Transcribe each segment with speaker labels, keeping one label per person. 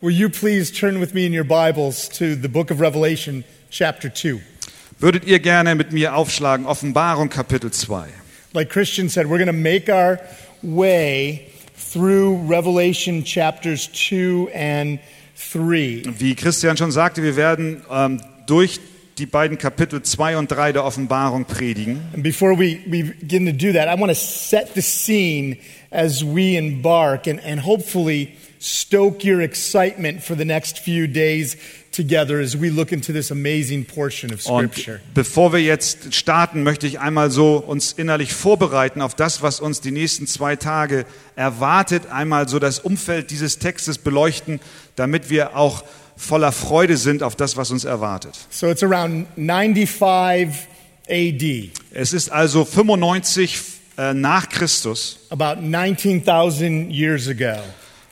Speaker 1: Will you please turn with me in your Bibles to the book of Revelation, chapter 2?
Speaker 2: Würdet ihr gerne mit mir aufschlagen, Offenbarung Kapitel 2.
Speaker 1: Like Christian said, we're going to make our way through Revelation chapters 2 and 3.
Speaker 2: Wie Christian schon sagte, wir werden ähm, durch die beiden Kapitel 2 und 3 der Offenbarung predigen.
Speaker 1: And before we, we begin to do that, I want to set the scene as we embark and, and hopefully stoke your excitement for the next few days together as we look into this amazing portion of
Speaker 2: Und
Speaker 1: Scripture.
Speaker 2: bevor wir jetzt starten, möchte ich einmal so uns innerlich vorbereiten auf das, was uns die nächsten zwei Tage erwartet. Einmal so das Umfeld dieses Textes beleuchten, damit wir auch voller Freude sind auf das, was uns erwartet.
Speaker 1: So it's around 95 AD,
Speaker 2: Es ist also 95 äh, nach Christus,
Speaker 1: about 19,000 years ago.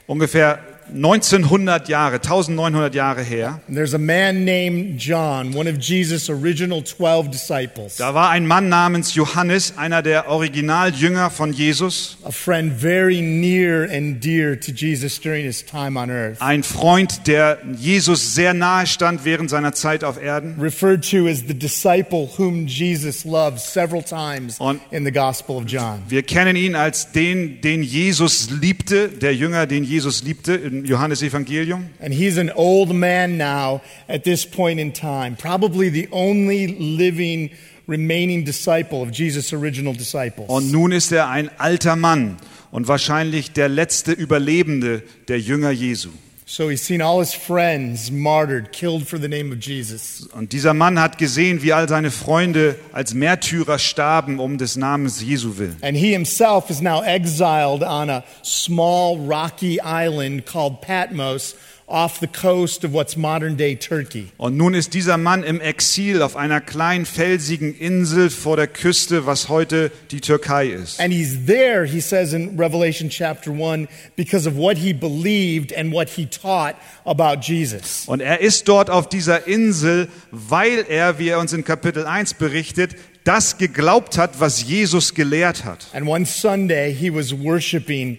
Speaker 2: ungefähr 1900 Jahre, 1900 Jahre her.
Speaker 1: And There's a man named John, one of Jesus' original 12 disciples,
Speaker 2: Da war ein Mann namens Johannes, einer der Originaljünger von Jesus,
Speaker 1: a friend very near and dear to Jesus during his time on earth,
Speaker 2: ein Freund, der Jesus sehr nahe stand während seiner Zeit auf Erden.
Speaker 1: referred to as the disciple whom Jesus loved several times
Speaker 2: On-
Speaker 1: in the Gospel of John.
Speaker 2: Wir kennen ihn als den, den Jesus liebte, der Jünger, den Jesus liebte im Johannesevangelium.
Speaker 1: And he's an old man now at this point in time, probably the only living remaining disciple of Jesus' original disciples.
Speaker 2: Und nun ist er ein alter Mann und wahrscheinlich der letzte Überlebende der Jünger Jesu.
Speaker 1: so he's seen all his friends martyred, killed for the name of Jesus.
Speaker 2: Und dieser Mann hat gesehen, wie all seine Freunde als Märtyrer starben um des Namens Jesu willen.
Speaker 1: And he himself is now exiled on a small rocky island called Patmos off the coast of what's modern day Turkey.
Speaker 2: Und nun ist dieser Mann im Exil auf einer kleinen felsigen Insel vor der Küste, was heute die Türkei ist.
Speaker 1: And he's there, he says in Revelation chapter 1, because of what he believed and what he taught about Jesus.
Speaker 2: Und er ist dort auf dieser Insel, weil er, wie er uns in Kapitel 1 berichtet, das geglaubt hat, was Jesus gelehrt hat.
Speaker 1: And one Sunday he was worshiping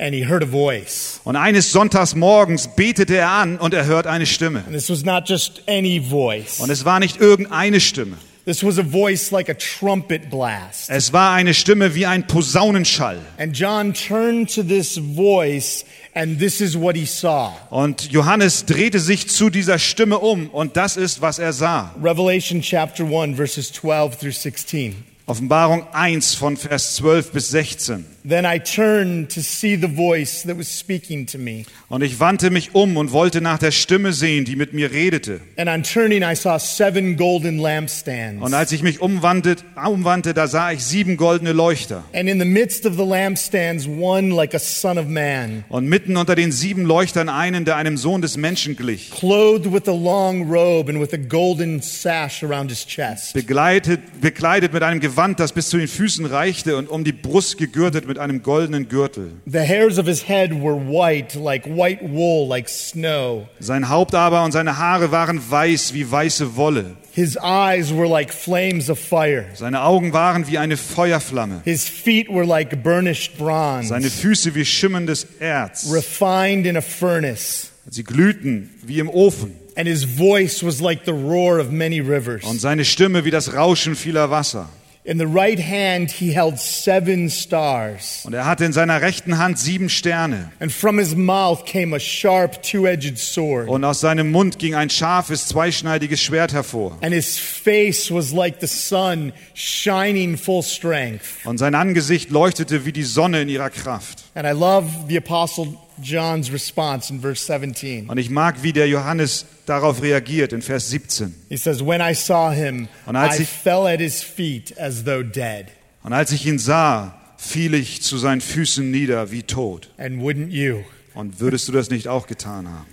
Speaker 1: and he heard a voice.
Speaker 2: Und eines Sonntagsmorgens betete er an und er hört eine Stimme.
Speaker 1: And this was not just any voice.
Speaker 2: Und es war nicht irgendeine Stimme.
Speaker 1: This was a voice like a trumpet blast.
Speaker 2: Es war eine Stimme wie ein Posaunenschall.
Speaker 1: And John turned to this voice and this is what he saw.
Speaker 2: Und Johannes drehte sich zu dieser Stimme um und das ist, was er sah.
Speaker 1: Revelation chapter 1 verses 12 through 16.
Speaker 2: Offenbarung 1 von Vers 12 bis 16.
Speaker 1: Then I turned to see the voice that was speaking to me.
Speaker 2: Und ich wandte mich um und wollte nach der Stimme sehen, die mit mir redete.
Speaker 1: And on turning I saw seven golden lampstands.
Speaker 2: Und als ich mich umwandte, umwandte da sah ich sieben goldene Leuchter.
Speaker 1: and in the midst of the lampstands one like a son of man.
Speaker 2: Und mitten unter den sieben Leuchtern einen, der einem Sohn des Menschen glich,
Speaker 1: clothed with a long robe and with a golden sash around his chest.
Speaker 2: begleitet, bekleidet mit einem Gewand, das bis zu den Füßen reichte und um die Brust gegürtet mit einem goldenen Gürtel.
Speaker 1: The hairs of his head were white, like white wool, like snow.
Speaker 2: Sein Haupt aber und seine Haare waren weiß wie weiße Wolle.
Speaker 1: His eyes were like flames of fire.
Speaker 2: Seine Augen waren wie eine Feuerflamme.
Speaker 1: His feet were like burnished bronze,
Speaker 2: Seine Füße wie schimmerndes Erz.
Speaker 1: refined in a furnace.
Speaker 2: Sie glühten wie im Ofen
Speaker 1: And his voice was like the roar of many
Speaker 2: und
Speaker 1: rivers.
Speaker 2: seine Stimme wie das Rauschen vieler Wasser.
Speaker 1: In the right hand he held seven stars,
Speaker 2: Und er hatte in seiner rechten Hand sieben Sterne
Speaker 1: and from his mouth came a sharp two-edged sword.
Speaker 2: und aus seinem Mund ging ein scharfes, zweischneidiges Schwert hervor.
Speaker 1: and his face was like the sun shining full strength.
Speaker 2: Und sein Angesicht leuchtete wie die Sonne in ihrer Kraft.
Speaker 1: And I love the Apostle John's response in verse 17.
Speaker 2: Und ich mag, wie der Johannes darauf reagiert in Vers 17.
Speaker 1: He says, When I saw him,
Speaker 2: Und als
Speaker 1: I
Speaker 2: ich-
Speaker 1: fell at his feet as though dead.
Speaker 2: Und als ich ihn sah, fiel ich zu seinen Füßen nieder wie tot.
Speaker 1: And wouldn't you?
Speaker 2: Und würdest du das nicht auch getan haben?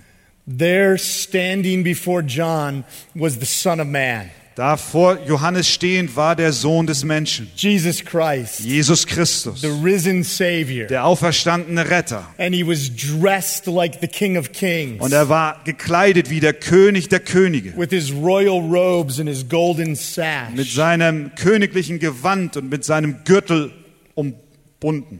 Speaker 1: There standing before John was the Son of Man,
Speaker 2: Da vor Johannes stehend war der Sohn des Menschen,
Speaker 1: Jesus Christ,
Speaker 2: Jesus Christus,
Speaker 1: the risen Savior.
Speaker 2: der auferstandene Retter.
Speaker 1: And he was dressed like the King of Kings
Speaker 2: Und er war gekleidet wie der König der Könige.
Speaker 1: with his royal robes and his golden
Speaker 2: Mit
Speaker 1: sash.
Speaker 2: seinem königlichen Gewand und mit seinem Gürtel umbunden.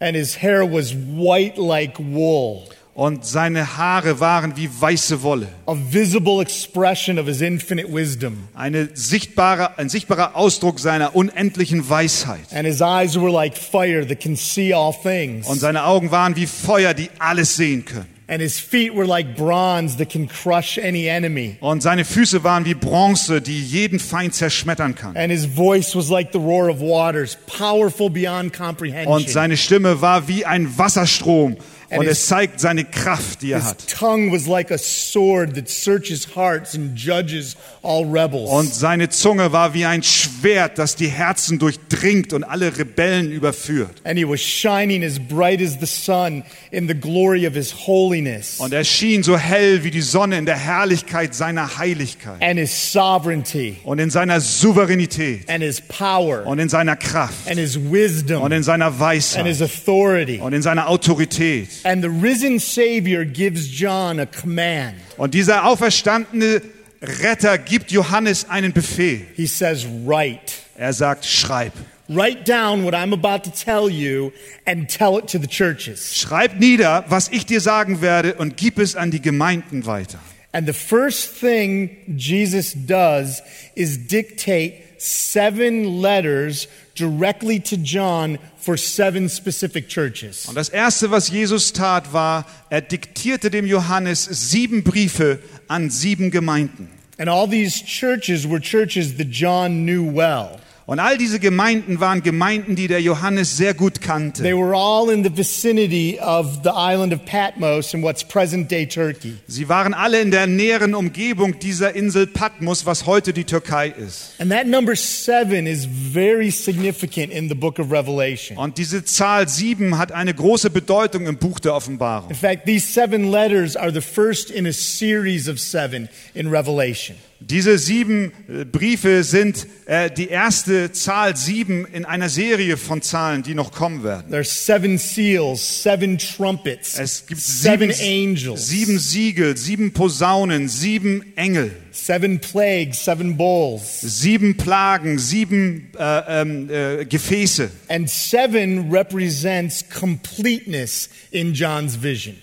Speaker 1: And his hair was white like wool.
Speaker 2: und seine Haare waren wie weiße Wolle.
Speaker 1: a visible expression of his infinite wisdom.
Speaker 2: Eine sichtbare, ein sichtbarer Ausdruck seiner unendlichen Weisheit.
Speaker 1: And his eyes were like fire that can see all
Speaker 2: Und
Speaker 1: things.
Speaker 2: seine Augen waren wie Feuer, die alles sehen können.
Speaker 1: And his feet were like bronze that can crush any enemy.
Speaker 2: Und seine Füße waren wie Bronze, die jeden Feind zerschmettern kann.
Speaker 1: And his voice was like the roar of waters, powerful beyond
Speaker 2: Und
Speaker 1: comprehension.
Speaker 2: seine Stimme war wie ein Wasserstrom. Und
Speaker 1: his-
Speaker 2: es zeigt seine Kraft, die er
Speaker 1: His
Speaker 2: hat.
Speaker 1: tongue was like a sword that searches hearts and judges all
Speaker 2: Und
Speaker 1: rebels.
Speaker 2: seine Zunge war wie ein Schwert, das die Herzen durchdringt und alle Rebellen überführt.
Speaker 1: And he was shining as bright as the sun in the glory of his holiness.
Speaker 2: Und er schien so hell wie die Sonne in der Herrlichkeit seiner Heiligkeit
Speaker 1: And his sovereignty.
Speaker 2: und in seiner Souveränität
Speaker 1: And his power.
Speaker 2: und in seiner Kraft
Speaker 1: And his wisdom.
Speaker 2: und in seiner
Speaker 1: and his
Speaker 2: Weisheit
Speaker 1: authority.
Speaker 2: und in seiner Autorität.
Speaker 1: And the risen Savior gives John a command.
Speaker 2: Und dieser auferstandene Retter gibt Johannes einen Befehl.
Speaker 1: He says, Write.
Speaker 2: Er sagt, schreib.
Speaker 1: Write down what I'm about to tell you and tell it to the churches.
Speaker 2: Schreib nieder, was ich dir sagen werde und gib es an die Gemeinden weiter.
Speaker 1: And the first thing Jesus does is dictate seven letters directly to John for seven specific churches.
Speaker 2: Und das Erste, was Jesus tat, war, er diktierte dem Johannes sieben Briefe an sieben Gemeinden.
Speaker 1: And all these churches were churches that John knew well.
Speaker 2: Und all diese Gemeinden waren Gemeinden, die der Johannes sehr gut
Speaker 1: They
Speaker 2: kannte.
Speaker 1: were all in the vicinity of the island of Patmos in what's present day Turkey.
Speaker 2: Sie waren alle in der näheren Umgebung dieser Insel Patmos, was heute die Türkei ist.
Speaker 1: And that number seven is very significant in the book of Revelation.
Speaker 2: Und diese Zahl sieben hat eine große Bedeutung im Buch der Offenbarung.
Speaker 1: In fact, these seven letters are the first in a series of seven in Revelation.
Speaker 2: Diese sieben äh, Briefe sind äh, die erste Zahl sieben in einer Serie von Zahlen, die noch kommen werden.
Speaker 1: There are seven seals, seven trumpets,
Speaker 2: Es gibt
Speaker 1: seven
Speaker 2: sieben,
Speaker 1: angels,
Speaker 2: sieben Siegel, sieben Posaunen, sieben Engel,
Speaker 1: seven plagues, seven bowls.
Speaker 2: sieben Plagen, sieben äh, ähm, äh, Gefäße.
Speaker 1: And seven represents completeness in John's vision.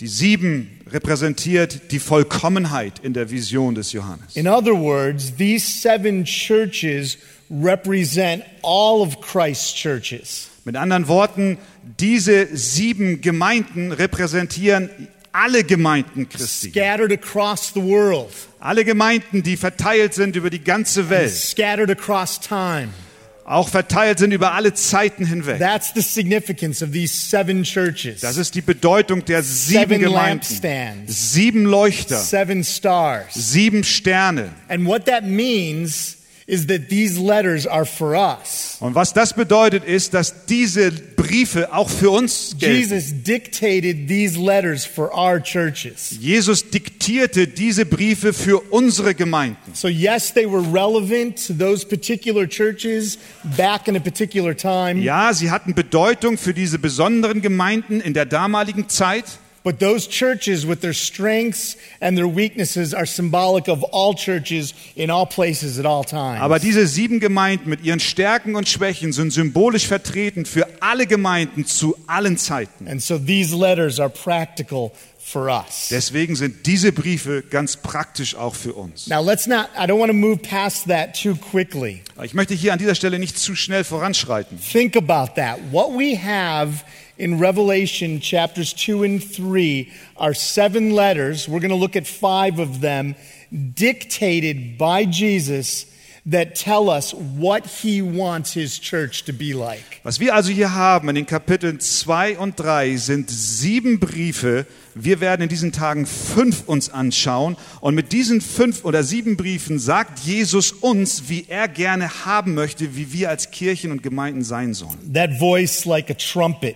Speaker 2: Die sieben repräsentiert die Vollkommenheit in der Vision des Johannes.
Speaker 1: In other words, these seven churches represent all of Christ's churches.
Speaker 2: Mit anderen Worten, diese sieben Gemeinden repräsentieren alle Gemeinden Christi.
Speaker 1: Scattered across the world,
Speaker 2: Alle Gemeinden, die verteilt sind über die ganze Welt,
Speaker 1: scattered across time.
Speaker 2: auch verteilt sind über alle Zeiten hinweg.
Speaker 1: That's the significance of these seven churches.
Speaker 2: Das ist die Bedeutung der sieben
Speaker 1: Seven
Speaker 2: Gemeinden.
Speaker 1: lampstands.
Speaker 2: Sieben Leuchter.
Speaker 1: Seven stars.
Speaker 2: sieben Sterne.
Speaker 1: And what that means is that these letters are for us.
Speaker 2: Und was das bedeutet, ist, dass diese Briefe auch für uns gelten.
Speaker 1: Jesus dictated these letters for our churches.
Speaker 2: Jesus diktierte diese Briefe für unsere Gemeinden.
Speaker 1: So, yes, they were relevant to those particular churches back in a particular time,
Speaker 2: Ja, sie hatten Bedeutung für diese besonderen Gemeinden in der damaligen Zeit,
Speaker 1: but those churches with their strengths and their weaknesses are symbolic of all churches in all places at all times.
Speaker 2: aber diese sieben Gemeinden mit ihren Stärken und Schwächen sind symbolisch vertreten für alle Gemeinden zu allen Zeiten.
Speaker 1: and so these letters are practical for us.
Speaker 2: Deswegen sind diese Briefe ganz praktisch auch für uns.
Speaker 1: Now, let's not, I don't want to move past that too quickly.
Speaker 2: Ich möchte hier an dieser Stelle nicht zu schnell voranschreiten.
Speaker 1: Think about that. What we have in Revelation chapters 2 and 3 are seven letters. We're going to look at five of them dictated by Jesus that tell us what he wants his church to be like.
Speaker 2: Was wir also hier haben in den Kapiteln 2 und 3 sind sieben Briefe. Wir werden in diesen Tagen fünf uns anschauen. Und mit diesen fünf oder sieben Briefen sagt Jesus uns, wie er gerne haben möchte, wie wir als Kirchen und Gemeinden sein sollen.
Speaker 1: That voice like a trumpet,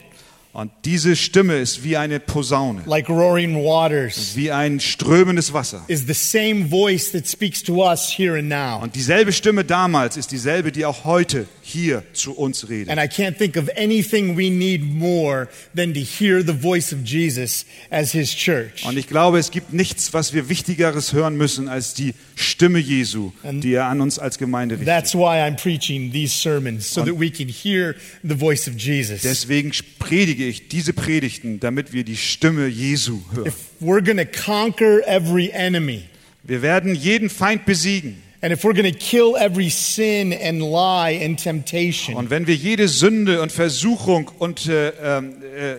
Speaker 2: Und diese Stimme ist wie eine Posaune,
Speaker 1: like roaring waters,
Speaker 2: wie ein strömendes Wasser.
Speaker 1: is the same voice that speaks to us here and now.
Speaker 2: Und dieselbe Stimme damals ist dieselbe, die auch heute hier zu uns redet.
Speaker 1: And I can't think of anything we need more than to hear the voice of Jesus as his church.
Speaker 2: Und ich glaube, es gibt nichts, was wir Wichtigeres hören müssen als die Stimme Jesu, die er an uns als Gemeinde richtet.
Speaker 1: That's why I'm preaching these sermons, so that we can hear the voice of Jesus.
Speaker 2: Deswegen predige predige ich diese Predigten, damit wir die Stimme Jesu hören.
Speaker 1: If we're going to conquer every enemy,
Speaker 2: Wir werden jeden Feind besiegen.
Speaker 1: and if we're going to kill every sin and lie and temptation,
Speaker 2: Und wenn wir jede Sünde und Versuchung und, äh, ähm, äh,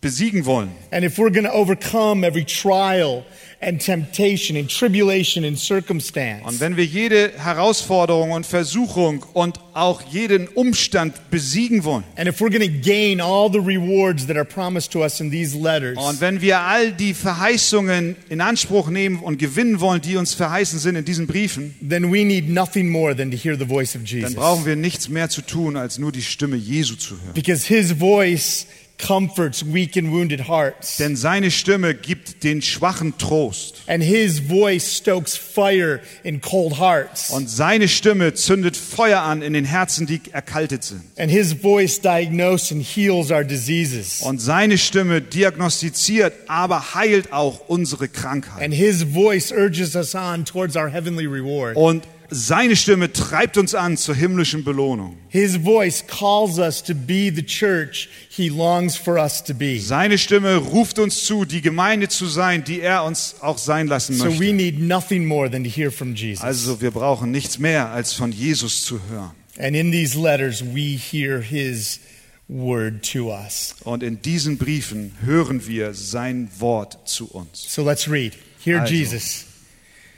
Speaker 2: besiegen wollen,
Speaker 1: and if we're going to overcome every trial and temptation and tribulation and
Speaker 2: und
Speaker 1: circumstance,
Speaker 2: wenn wir jede Herausforderung und Versuchung und auch jeden Umstand besiegen wollen,
Speaker 1: and if we're going to gain all the rewards that are promised to us in these letters,
Speaker 2: und wenn wir all die Verheißungen in Anspruch nehmen und gewinnen wollen, die uns verheißen sind in diesen Briefen,
Speaker 1: then we need nothing more than to hear the voice of Jesus.
Speaker 2: dann brauchen wir nichts mehr zu tun, als nur die Stimme Jesu zu hören.
Speaker 1: Because his voice comforts weak and wounded hearts.
Speaker 2: Denn seine Stimme gibt den Schwachen Trost.
Speaker 1: And his voice stokes fire in cold hearts.
Speaker 2: Und seine Stimme zündet Feuer an in den Herzen, die erkaltet sind.
Speaker 1: And his voice diagnoses and heals our diseases.
Speaker 2: Und seine Stimme diagnostiziert, aber heilt auch unsere Krankheit.
Speaker 1: And his voice urges us on towards our heavenly reward.
Speaker 2: Und seine Stimme treibt uns an zur himmlischen Belohnung.
Speaker 1: His voice calls us to be the church he longs for us to be.
Speaker 2: Seine Stimme ruft uns zu, die Gemeinde zu sein, die er uns auch sein lassen
Speaker 1: So we
Speaker 2: möchte.
Speaker 1: need nothing more than to hear from Jesus.
Speaker 2: Also wir brauchen nichts mehr, als von Jesus zu hören.
Speaker 1: And in these letters, we hear his word to us.
Speaker 2: Und in diesen Briefen hören wir sein Wort zu uns.
Speaker 1: So let's read. Hear
Speaker 2: Also.
Speaker 1: Jesus.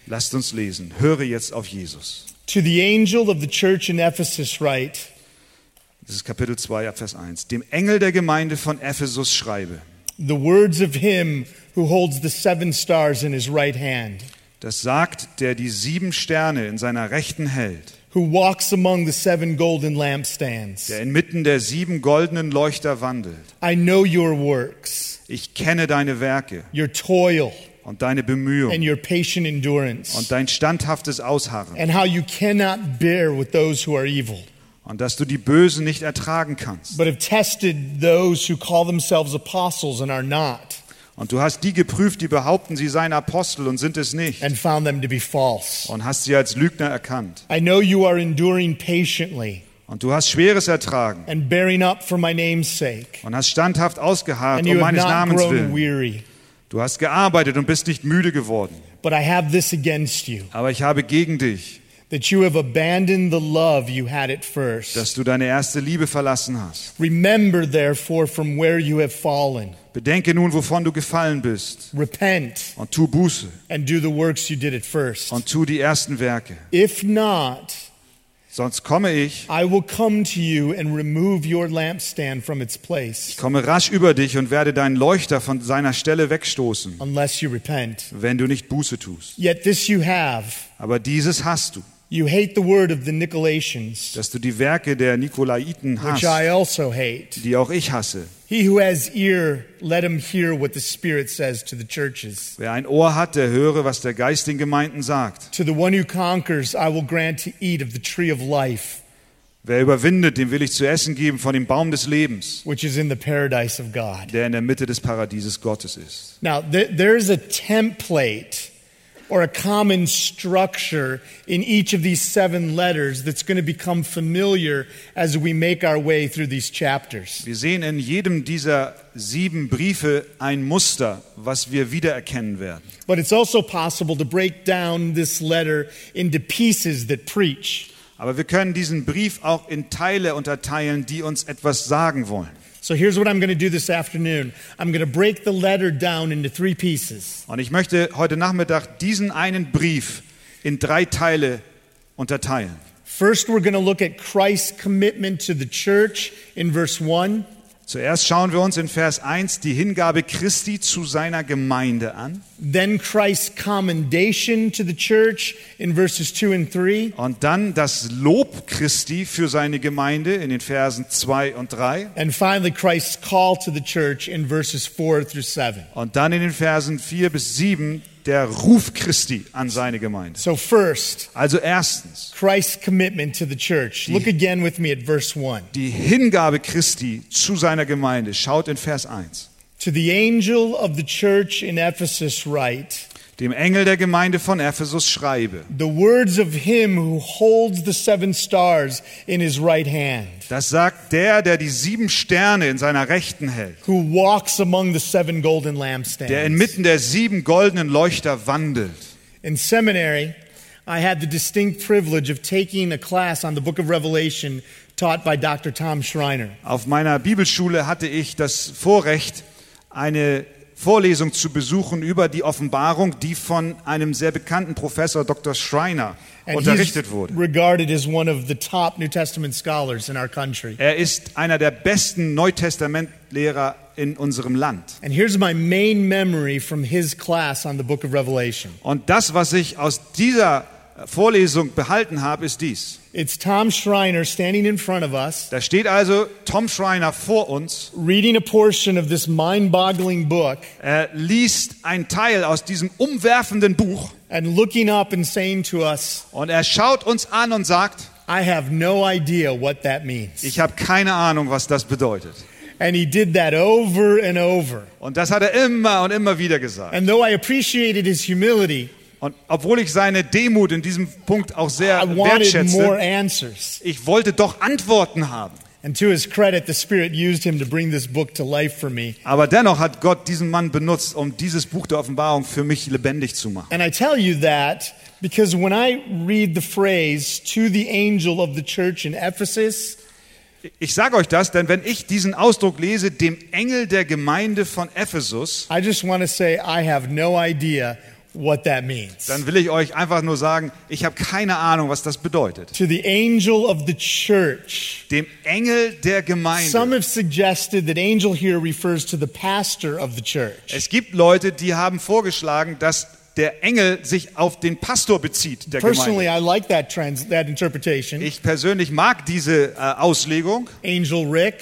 Speaker 2: Lasst uns lesen. Höre jetzt auf Jesus.
Speaker 1: To the angel of the church in Ephesus write,
Speaker 2: Das ist Kapitel 2, Vers 1. Dem Engel der Gemeinde von Ephesus schreibe.
Speaker 1: the words of him who holds the seven stars in his right hand,
Speaker 2: Das sagt, der die sieben Sterne in seiner Rechten hält,
Speaker 1: who walks among the seven golden lampstands.
Speaker 2: der inmitten der sieben goldenen Leuchter wandelt.
Speaker 1: I know your works,
Speaker 2: Ich kenne deine Werke
Speaker 1: your toil,
Speaker 2: und deine
Speaker 1: and
Speaker 2: Bemühungen
Speaker 1: your patient endurance,
Speaker 2: und dein standhaftes Ausharren
Speaker 1: and how you cannot bear with those who are evil,
Speaker 2: und dass du die Bösen nicht ertragen kannst.
Speaker 1: but have tested those who call themselves apostles and are not,
Speaker 2: Und du hast die geprüft, die behaupten, sie seien Apostel und sind es nicht
Speaker 1: and found them to be false.
Speaker 2: und hast sie als Lügner erkannt.
Speaker 1: I know you are enduring patiently
Speaker 2: Und du hast Schweres ertragen
Speaker 1: and bearing up for my name's sake.
Speaker 2: und hast standhaft ausgeharrt
Speaker 1: And
Speaker 2: um
Speaker 1: you have
Speaker 2: meines
Speaker 1: not
Speaker 2: Namens
Speaker 1: grown
Speaker 2: willen.
Speaker 1: weary.
Speaker 2: Du hast gearbeitet und bist nicht müde geworden.
Speaker 1: But I have this against you,
Speaker 2: Aber ich habe gegen dich,
Speaker 1: that you have abandoned the love you had at first.
Speaker 2: dass du deine erste Liebe verlassen hast.
Speaker 1: Remember, therefore, from where you have fallen.
Speaker 2: Bedenke nun, wovon du gefallen bist,
Speaker 1: Repent
Speaker 2: und tu Buße,
Speaker 1: and do the works you did at first.
Speaker 2: und tu die ersten Werke.
Speaker 1: If not,
Speaker 2: Sonst komme ich,
Speaker 1: I will come to you and remove your lampstand from its place,
Speaker 2: komme rasch über dich und werde deinen Leuchter von seiner Stelle wegstoßen,
Speaker 1: unless you repent.
Speaker 2: wenn du nicht Buße tust.
Speaker 1: Yet this you have.
Speaker 2: Aber dieses hast du,
Speaker 1: You hate the word of the Nicolaitans,
Speaker 2: dass du die Werke der Nikolaiten
Speaker 1: which I
Speaker 2: hast,
Speaker 1: also hate.
Speaker 2: die auch ich hasse.
Speaker 1: He who has ear, let him hear what the Spirit says to the churches.
Speaker 2: Wer ein Ohr hat, der höre, was der Geist den Gemeinden sagt.
Speaker 1: To the one who conquers, I will grant to eat of the tree of life,
Speaker 2: Wer überwindet, dem will ich zu essen geben von dem Baum des Lebens,
Speaker 1: which is in the paradise of God.
Speaker 2: der in der Mitte des Paradieses Gottes ist.
Speaker 1: Now, th- there's a template or a common structure in each of these seven letters that's going to become familiar as we make our way through these chapters.
Speaker 2: Wir sehen in jedem dieser sieben Briefe ein Muster, was wir wiedererkennen werden.
Speaker 1: But it's also possible to break down this letter into pieces that preach.
Speaker 2: Aber wir können diesen Brief auch in Teile unterteilen, die uns etwas sagen wollen.
Speaker 1: So here's what I'm going to do this afternoon I'm going to break the letter down into three pieces.
Speaker 2: Und ich möchte heute Nachmittag diesen einen Brief in drei Teile unterteilen.
Speaker 1: First, we're going to look at Christ's commitment to the church in verse 1.
Speaker 2: Zuerst schauen wir uns in Vers 1 die Hingabe Christi zu seiner Gemeinde an
Speaker 1: Then, Christ's commendation to the church in verses 2 and 3.
Speaker 2: und dann das Lob Christi für seine Gemeinde in den Versen 2 und 3
Speaker 1: And finally, Christ's call to the church in verses 4 through 7.
Speaker 2: und dann in den Versen 4 bis 7 der Ruf Christi an seine Gemeinde.
Speaker 1: So, first,
Speaker 2: Also erstens
Speaker 1: Christ's commitment to the church. Look again with me at verse 1.
Speaker 2: die Hingabe Christi zu seiner Gemeinde. Schaut in Vers 1.
Speaker 1: To the angel of the church in Ephesus, write,
Speaker 2: dem Engel der Gemeinde von Ephesus schreibe.
Speaker 1: the words of him who holds the seven stars in his right hand,
Speaker 2: Das sagt der, der die sieben Sterne in seiner Rechten hält,
Speaker 1: who walks among the seven golden
Speaker 2: der
Speaker 1: lampstands.
Speaker 2: inmitten der sieben goldenen Leuchter wandelt.
Speaker 1: In seminary, I had the distinct privilege of taking a class on the book of Revelation taught by Dr. Tom Schreiner.
Speaker 2: Auf meiner Bibelschule hatte ich das Vorrecht, eine Vorlesung zu besuchen über die Offenbarung, die von einem sehr bekannten Professor Dr. Schreiner
Speaker 1: And
Speaker 2: unterrichtet
Speaker 1: he's
Speaker 2: wurde.
Speaker 1: regarded as one of the top New Testament scholars in our country.
Speaker 2: Er ist einer der besten Neutestamentlehrer in unserem Land.
Speaker 1: And here's my main memory from his class on the book of Revelation.
Speaker 2: Und das, was ich aus dieser Vorlesung behalten habe, ist dies.
Speaker 1: It's Tom Schreiner standing in front of us,
Speaker 2: Da steht also Tom Schreiner vor uns.
Speaker 1: reading a portion of this mind boggling book,
Speaker 2: Er liest einen Teil aus diesem umwerfenden Buch
Speaker 1: and looking up and saying to us,
Speaker 2: und er schaut uns an und sagt,
Speaker 1: I have no idea what that means.
Speaker 2: ich habe keine Ahnung, was das bedeutet.
Speaker 1: And he did that over and over.
Speaker 2: Und das hat er immer und immer wieder gesagt.
Speaker 1: And though I appreciated his humility,
Speaker 2: Und obwohl ich seine Demut in diesem Punkt auch sehr
Speaker 1: I wanted more
Speaker 2: wertschätze,
Speaker 1: answers.
Speaker 2: ich wollte doch Antworten haben.
Speaker 1: And to his credit, the Spirit used him to bring this book to life for me.
Speaker 2: Aber dennoch hat Gott diesen Mann benutzt, um dieses Buch der Offenbarung für mich lebendig zu machen.
Speaker 1: And I tell you that because when I read the phrase to the angel of the church in Ephesus,
Speaker 2: Ich sage euch das, denn wenn ich diesen Ausdruck lese, dem Engel der Gemeinde von Ephesus,
Speaker 1: I just want to say I have no idea what that means.
Speaker 2: dann will ich euch einfach nur sagen, ich habe keine Ahnung, was das bedeutet.
Speaker 1: To the angel of the church.
Speaker 2: Dem Engel der
Speaker 1: Some
Speaker 2: Gemeinde.
Speaker 1: have suggested that angel here refers to the pastor of the church.
Speaker 2: Es gibt Leute, die haben vorgeschlagen, dass der Engel sich auf den Pastor bezieht der Gemeinde.
Speaker 1: Personally, I like that trans- that interpretation.
Speaker 2: Ich persönlich mag diese äh, Auslegung.
Speaker 1: Angel Rick,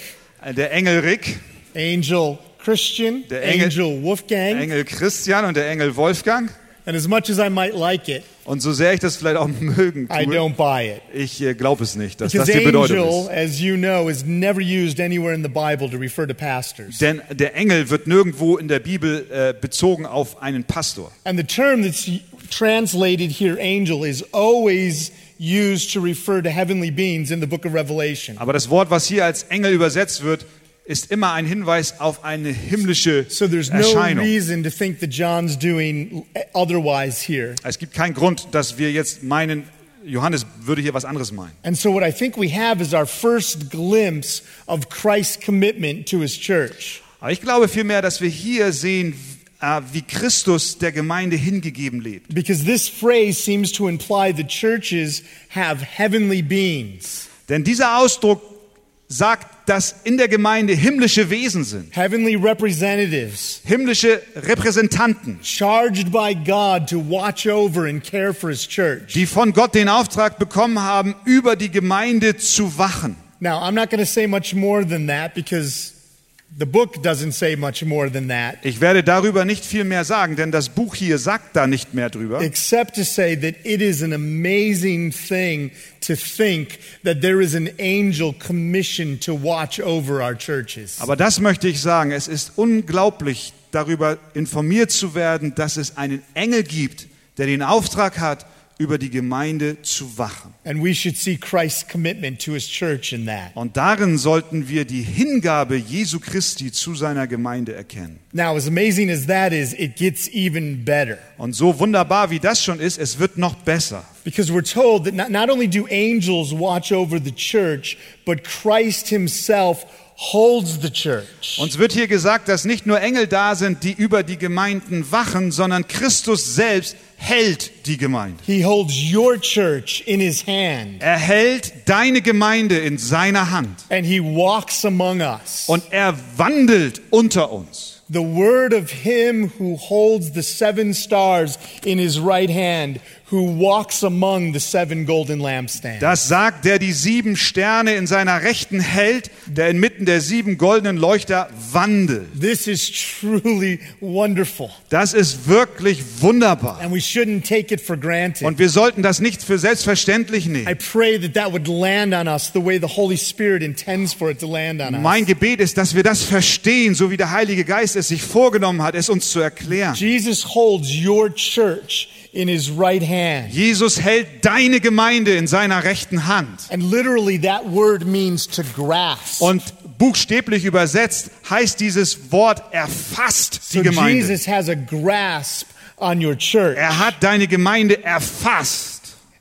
Speaker 2: Äh, Der Engel Rick,
Speaker 1: Angel Christian,
Speaker 2: Der Engel-
Speaker 1: Angel
Speaker 2: der
Speaker 1: Wolfgang.
Speaker 2: Engel Christian und der Engel Wolfgang.
Speaker 1: And as much as I might like it,
Speaker 2: Und so sehr ich das vielleicht auch mögen
Speaker 1: I
Speaker 2: tue,
Speaker 1: don't buy it.
Speaker 2: ich äh, glaube es nicht, dass das
Speaker 1: Because
Speaker 2: die Bedeutung
Speaker 1: angel,
Speaker 2: ist.
Speaker 1: as you know, is never used anywhere in the Bible to refer to pastors.
Speaker 2: Denn der Engel wird nirgendwo in der Bibel äh, bezogen auf einen Pastor.
Speaker 1: And the term that's translated here, angel, is always used to refer to heavenly beings in the book of Revelation.
Speaker 2: Aber das Wort, was hier als Engel übersetzt wird, ist immer ein Hinweis auf eine himmlische
Speaker 1: So there's no
Speaker 2: Erscheinung.
Speaker 1: reason to think that John's doing otherwise here.
Speaker 2: Es gibt keinen Grund, dass wir jetzt meinen, Johannes würde hier was anderes meinen.
Speaker 1: And so, what I think we have is our first glimpse of Christ's commitment to his church.
Speaker 2: Aber ich glaube vielmehr, dass wir hier sehen, äh, wie Christus der Gemeinde hingegeben lebt.
Speaker 1: Because this phrase seems to imply the churches have heavenly beings,
Speaker 2: Denn dieser Ausdruck sagt, dass in der Gemeinde himmlische Wesen sind,
Speaker 1: heavenly representatives,
Speaker 2: himmlische Repräsentanten,
Speaker 1: charged by God to watch over and care for his church.
Speaker 2: die von Gott den Auftrag bekommen haben, über die Gemeinde zu wachen.
Speaker 1: Now, I'm not going to say much more than that because the book doesn't say much more than that,
Speaker 2: Ich werde darüber nicht viel mehr sagen, denn das Buch hier sagt da nicht mehr drüber.
Speaker 1: except to say that it is an amazing thing to think that there is an angel commissioned to watch over our churches.
Speaker 2: Aber das möchte ich sagen, es ist unglaublich, darüber informiert zu werden, dass es einen Engel gibt, der den Auftrag hat, über die Gemeinde zu wachen.
Speaker 1: And we should see Christ's commitment to his church in that.
Speaker 2: Und darin sollten wir die Hingabe Jesu Christi zu seiner Gemeinde erkennen.
Speaker 1: Now, as amazing as that is, it gets even better
Speaker 2: Und so wunderbar wie das schon ist, es wird noch besser.
Speaker 1: because we're told that not, not only do angels watch over the church, but Christ himself holds the church.
Speaker 2: Uns wird hier gesagt, dass nicht nur Engel da sind, die über die Gemeinden wachen, sondern Christus selbst hält die Gemeinde.
Speaker 1: He holds your church in his hand
Speaker 2: Er hält deine Gemeinde in seiner Hand
Speaker 1: and he walks among us.
Speaker 2: und er wandelt unter uns.
Speaker 1: The word of him who holds the seven stars in his right hand who walks among the seven golden lampstands.
Speaker 2: Das sagt der die sieben Sterne in seiner Rechten hält, der inmitten der sieben goldenen Leuchter wandelt.
Speaker 1: This is truly wonderful,
Speaker 2: Das ist wirklich wunderbar.
Speaker 1: and we shouldn't take it for granted.
Speaker 2: Und wir sollten das nicht für selbstverständlich
Speaker 1: I
Speaker 2: nehmen.
Speaker 1: pray that that would land on us the way the Holy Spirit intends for it to land on us.
Speaker 2: Mein Gebet ist, dass wir das verstehen, so wie der Heilige Geist es sich vorgenommen hat, es uns zu erklären.
Speaker 1: Jesus holds your church in his right hand.
Speaker 2: Jesus hält deine Gemeinde in seiner rechten Hand.
Speaker 1: And literally, that word means to grasp.
Speaker 2: Und buchstäblich übersetzt heißt dieses Wort erfasst die
Speaker 1: so
Speaker 2: Gemeinde.
Speaker 1: Jesus has a grasp on your church.
Speaker 2: Er hat deine Gemeinde erfasst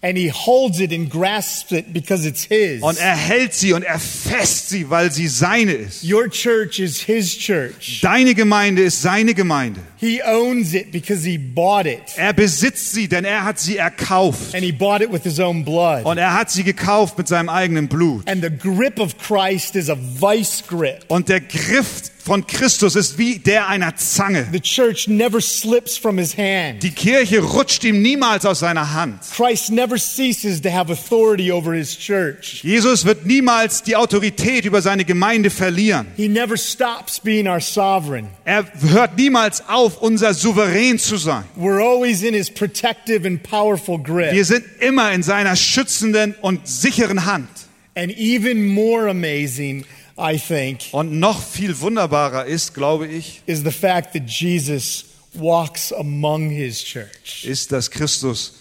Speaker 1: And he holds it and grasps it because it's his.
Speaker 2: und er hält sie und er fest sie, weil sie seine ist.
Speaker 1: Your church is his church.
Speaker 2: Deine Gemeinde ist seine Gemeinde.
Speaker 1: He owns it because he bought it.
Speaker 2: Er besitzt sie, denn er hat sie erkauft.
Speaker 1: And he bought it with his own blood.
Speaker 2: Und er hat sie gekauft mit seinem eigenen Blut.
Speaker 1: And the grip of Christ is a vice grip.
Speaker 2: Und der Griff von Christus ist wie der einer Zange.
Speaker 1: The church never slips from his hand.
Speaker 2: Die Kirche rutscht ihm niemals aus seiner Hand.
Speaker 1: Christ never ceases to have authority over his church.
Speaker 2: Jesus wird niemals die Autorität über seine Gemeinde verlieren.
Speaker 1: He never stops being our sovereign.
Speaker 2: Er hört niemals auf, unser Souverän zu sein.
Speaker 1: We're always in his protective and powerful grip.
Speaker 2: Wir sind immer in seiner schützenden und sicheren Hand.
Speaker 1: And even more amazing, I think,
Speaker 2: Und noch viel wunderbarer ist, glaube ich,
Speaker 1: is the fact that Jesus walks among his church.
Speaker 2: ist, dass Christus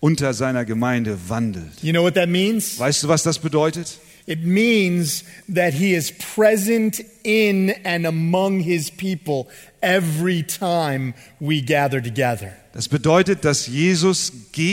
Speaker 2: unter seiner Gemeinde wandelt.
Speaker 1: You know what that means?
Speaker 2: Weißt du, was das bedeutet?
Speaker 1: It means that he is present in and among his people every time we gather together.
Speaker 2: Das bedeutet, dass Jesus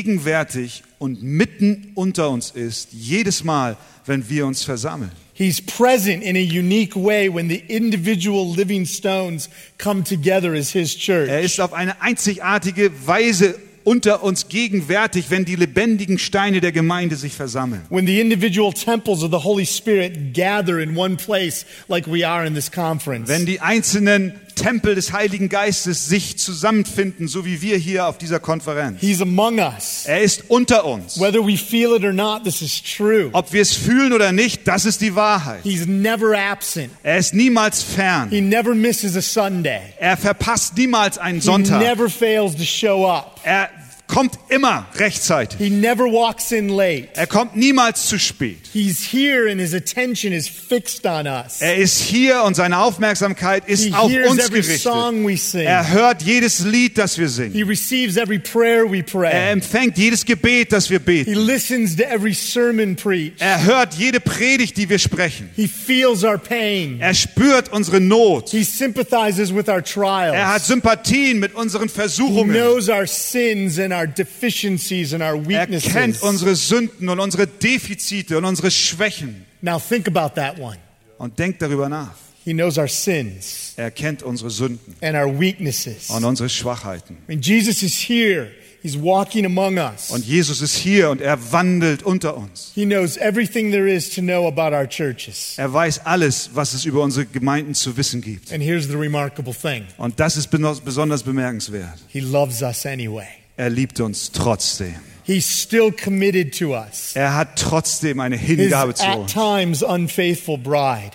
Speaker 2: gegenwärtig und mitten unter uns ist, jedes Mal, wenn wir uns versammeln.
Speaker 1: He's present in a unique way when the individual living stones come together as his
Speaker 2: Er
Speaker 1: church.
Speaker 2: ist auf eine einzigartige Weise unter uns gegenwärtig, wenn die lebendigen Steine der Gemeinde sich versammeln.
Speaker 1: When the individual temples of the Holy Spirit gather in one place like we are in this conference.
Speaker 2: Wenn die einzelnen Tempel des Heiligen Geistes sich zusammenfinden, so wie wir hier auf dieser Konferenz.
Speaker 1: He's among us.
Speaker 2: Er ist unter uns.
Speaker 1: Whether we feel it or not, this is true.
Speaker 2: Ob wir es fühlen oder nicht, das ist die Wahrheit.
Speaker 1: He's never absent.
Speaker 2: Er ist niemals fern.
Speaker 1: He never misses a Sunday.
Speaker 2: Er verpasst niemals einen
Speaker 1: He
Speaker 2: Sonntag.
Speaker 1: never fails to show up.
Speaker 2: Er kommt immer rechtzeitig.
Speaker 1: He never walks in late.
Speaker 2: Er kommt niemals zu spät.
Speaker 1: He's here and his attention is fixed on us.
Speaker 2: Er ist hier und seine Aufmerksamkeit
Speaker 1: He
Speaker 2: ist auf
Speaker 1: hears
Speaker 2: uns
Speaker 1: every
Speaker 2: gerichtet.
Speaker 1: song we sing.
Speaker 2: Er hört jedes Lied, das wir
Speaker 1: He
Speaker 2: singen.
Speaker 1: receives every prayer we
Speaker 2: Er
Speaker 1: pray.
Speaker 2: empfängt jedes Gebet, das wir
Speaker 1: He
Speaker 2: beten.
Speaker 1: listens to every sermon preached.
Speaker 2: Er hört jede Predigt, die wir sprechen.
Speaker 1: He feels our pain.
Speaker 2: Er spürt unsere Not.
Speaker 1: He sympathizes with our
Speaker 2: Er hat
Speaker 1: trials.
Speaker 2: Sympathien mit unseren
Speaker 1: He
Speaker 2: Versuchungen.
Speaker 1: knows our sins and our deficiencies and our
Speaker 2: Er kennt
Speaker 1: weaknesses.
Speaker 2: unsere Sünden und unsere Defizite und unsere Schwächen.
Speaker 1: Now think about that one.
Speaker 2: Und denkt darüber nach.
Speaker 1: He knows our sins
Speaker 2: Er kennt unsere Sünden
Speaker 1: and our weaknesses.
Speaker 2: und unsere Schwachheiten.
Speaker 1: I mean, Jesus is here. He's walking among us.
Speaker 2: Und Jesus ist hier und er wandelt unter uns.
Speaker 1: He knows everything there is to know about our churches.
Speaker 2: Er weiß alles, was es über unsere Gemeinden zu wissen gibt.
Speaker 1: And here's the remarkable thing
Speaker 2: Und das ist beno- besonders bemerkenswert.
Speaker 1: He loves us anyway.
Speaker 2: Er liebt uns trotzdem.
Speaker 1: He's still committed to us.
Speaker 2: Er hat trotzdem eine
Speaker 1: His
Speaker 2: Hingabe zu
Speaker 1: at
Speaker 2: uns.
Speaker 1: times unfaithful bride.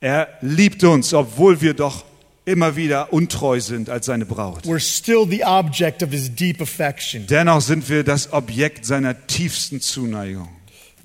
Speaker 2: Er liebt uns, obwohl wir doch immer wieder untreu sind als seine Braut.
Speaker 1: We're still the object of his deep affection.
Speaker 2: Dennoch sind wir das Objekt seiner tiefsten Zuneigung.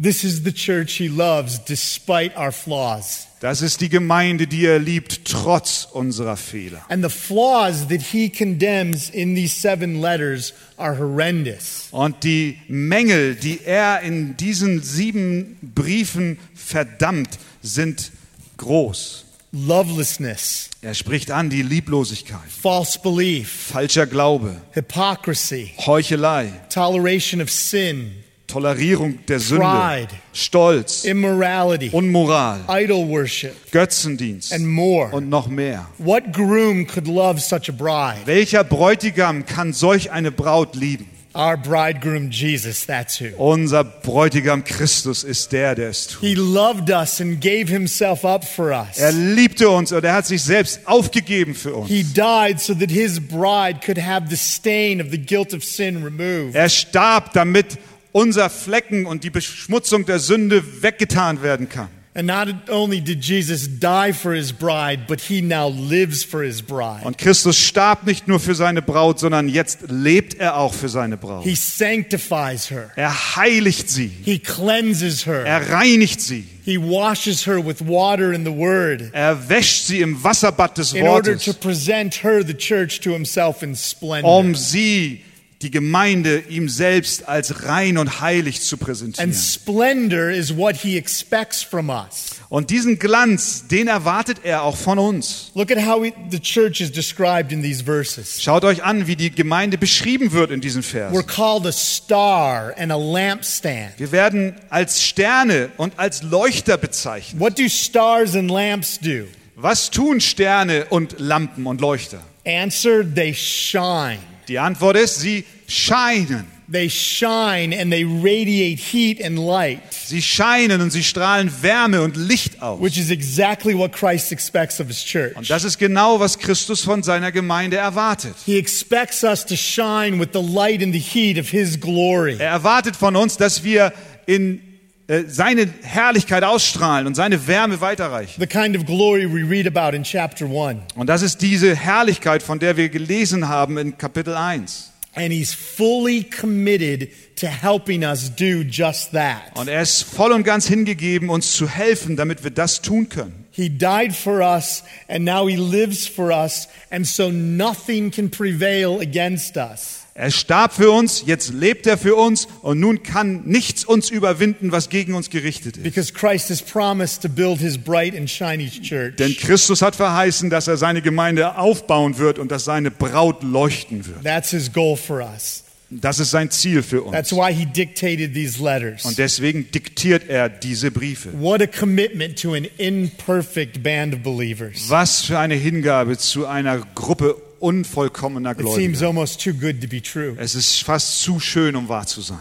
Speaker 1: This is the church he loves despite our flaws.
Speaker 2: Das ist die Gemeinde, die er liebt, trotz unserer Fehler.
Speaker 1: And the flaws that he condemns in these seven letters are horrendous.
Speaker 2: Und die Mängel, die er in diesen sieben Briefen verdammt, sind groß.
Speaker 1: Lovelessness,
Speaker 2: Er spricht an die Lieblosigkeit,
Speaker 1: false belief,
Speaker 2: falscher Glaube,
Speaker 1: hypocrisy,
Speaker 2: Heuchelei,
Speaker 1: toleration of sin,
Speaker 2: Tolerierung der Sünde,
Speaker 1: Pride.
Speaker 2: Stolz,
Speaker 1: immorality,
Speaker 2: Unmoral,
Speaker 1: idol worship,
Speaker 2: Götzendienst
Speaker 1: and more.
Speaker 2: und noch mehr.
Speaker 1: What groom could love such a bride?
Speaker 2: Welcher Bräutigam kann solch eine Braut lieben?
Speaker 1: Our bridegroom Jesus, that's who.
Speaker 2: Unser Bräutigam Christus ist der, der es tut.
Speaker 1: He loved us and gave himself up for us.
Speaker 2: Er liebte uns und er hat sich selbst aufgegeben für uns.
Speaker 1: He died so that his bride could have the stain of the guilt of sin removed.
Speaker 2: Er starb, damit unser Flecken und die Beschmutzung der Sünde weggetan werden kann.
Speaker 1: And not only did Jesus die for his bride, but he now lives for his bride.
Speaker 2: Und Christus starb nicht nur für seine Braut, sondern jetzt lebt er auch für seine Braut.
Speaker 1: He sanctifies her.
Speaker 2: Er heiligt sie.
Speaker 1: He cleanses her.
Speaker 2: Er reinigt sie.
Speaker 1: He washes her with water and the word
Speaker 2: Er wäscht sie im Wasserbad des
Speaker 1: in order to
Speaker 2: Wortes,
Speaker 1: present her, the church, to himself in splendor.
Speaker 2: um sie, die Gemeinde, ihm selbst als rein und heilig zu
Speaker 1: And
Speaker 2: präsentieren.
Speaker 1: splendor is what he expects from us.
Speaker 2: Und diesen Glanz, den erwartet er auch von uns.
Speaker 1: Look at how we, the church is described in these verses.
Speaker 2: Schaut euch an, wie die Gemeinde beschrieben wird in diesem Vers.
Speaker 1: We're called a star and a lampstand.
Speaker 2: Wir werden als Sterne und als Leuchter bezeichnet.
Speaker 1: What do stars and lamps do?
Speaker 2: Was tun Sterne und Lampen und Leuchter?
Speaker 1: Answer, they shine.
Speaker 2: Die Antwort ist, sie scheinen.
Speaker 1: They shine and they radiate heat and light,
Speaker 2: Sie scheinen und sie strahlen Wärme und Licht aus.
Speaker 1: which is exactly what Christ expects of his
Speaker 2: Und
Speaker 1: church.
Speaker 2: das ist genau, was Christus von seiner Gemeinde erwartet.
Speaker 1: He expects us to shine with the light and the heat of his glory.
Speaker 2: Er erwartet von uns, dass wir in äh, seine Herrlichkeit ausstrahlen und seine Wärme weiterreichen.
Speaker 1: The kind of glory we read about in chapter 1.
Speaker 2: Und das ist diese Herrlichkeit, von der wir gelesen haben in Kapitel 1.
Speaker 1: And he's fully committed to helping us do just that.
Speaker 2: Und er ist voll und ganz hingegeben, uns zu helfen, damit wir das tun können.
Speaker 1: He died for us, and now he lives for us, and so nothing can prevail against us.
Speaker 2: Er starb für uns, jetzt lebt er für uns und nun kann nichts uns überwinden, was gegen uns gerichtet ist.
Speaker 1: Because Christ has promised to build his bright and shiny church.
Speaker 2: Denn Christus hat verheißen, dass er seine Gemeinde aufbauen wird und dass seine Braut leuchten wird.
Speaker 1: That's his goal for us.
Speaker 2: Das ist sein Ziel für uns.
Speaker 1: That's why he dictated these
Speaker 2: Und
Speaker 1: letters.
Speaker 2: deswegen diktiert er diese Briefe.
Speaker 1: What a commitment to an imperfect band of believers.
Speaker 2: Was für eine Hingabe zu einer Gruppe unvollkommener
Speaker 1: It seems
Speaker 2: Gläubiger.
Speaker 1: almost too good to be true.
Speaker 2: Es ist fast zu schön, um wahr zu sein.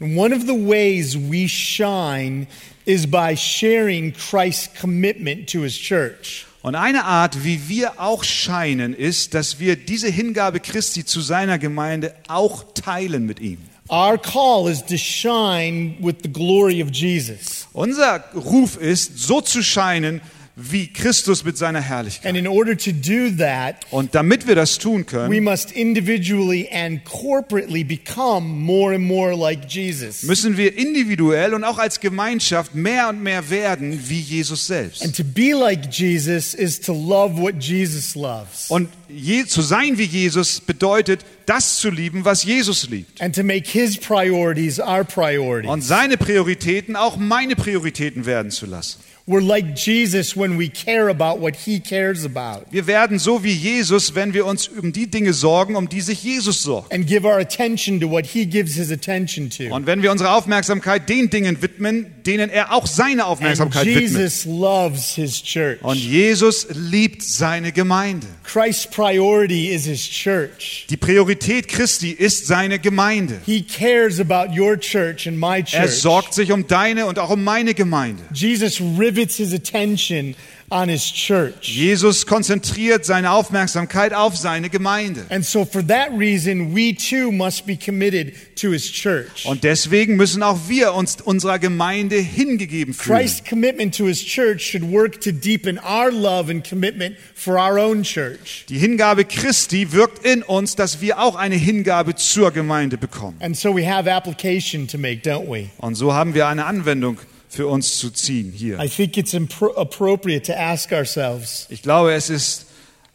Speaker 1: One of the ways we shine is by sharing Christ's commitment to his church.
Speaker 2: Und eine Art, wie wir auch scheinen, ist, dass wir diese Hingabe Christi zu seiner Gemeinde auch teilen mit ihm.
Speaker 1: Our call is to shine with the glory of Jesus.
Speaker 2: Unser Ruf ist, so zu scheinen, wie Christus mit seiner Herrlichkeit.
Speaker 1: And in order to do that,
Speaker 2: Und damit wir das tun
Speaker 1: we
Speaker 2: können,
Speaker 1: must individually and corporately become more and more like Jesus.
Speaker 2: müssen wir individuell und auch als Gemeinschaft mehr und mehr werden wie Jesus selbst.
Speaker 1: And to be like Jesus is to love what Jesus loves
Speaker 2: Und je, zu sein wie Jesus bedeutet, das zu lieben, was Jesus liebt.
Speaker 1: and to make his priorities our
Speaker 2: Und
Speaker 1: priorities.
Speaker 2: seine Prioritäten auch meine Prioritäten werden zu lassen.
Speaker 1: We're like Jesus when we care about what he cares about
Speaker 2: Wir werden so wie Jesus, wenn wir uns um die Dinge sorgen, um die sich Jesus sorgt.
Speaker 1: and give our attention to what he gives his attention to.
Speaker 2: Und wenn wir unsere Aufmerksamkeit den Dingen widmen, denen er auch seine
Speaker 1: And
Speaker 2: Aufmerksamkeit widmet.
Speaker 1: Jesus loves his church.
Speaker 2: Und Jesus liebt seine Gemeinde.
Speaker 1: Christ's priority is his church.
Speaker 2: Die Priorität Christi ist seine Gemeinde.
Speaker 1: He cares about your church and my church.
Speaker 2: Er sorgt sich um deine und auch um meine Gemeinde.
Speaker 1: Jesus rivets his attention on his church.
Speaker 2: Jesus konzentriert seine Aufmerksamkeit auf seine Gemeinde.
Speaker 1: And so, for that reason, we too must be committed to his church.
Speaker 2: Und deswegen müssen auch wir uns unserer Gemeinde hingegeben fühlen.
Speaker 1: Christ's commitment to his church should work to deepen our love and commitment for our own church.
Speaker 2: Die Hingabe Christi wirkt in uns, dass wir auch eine Hingabe zur Gemeinde bekommen.
Speaker 1: And so, we have application to make, don't we?
Speaker 2: Und so haben wir eine Anwendung für uns zu ziehen hier.
Speaker 1: I think it's impro- appropriate to ask ourselves
Speaker 2: Ich glaube, es ist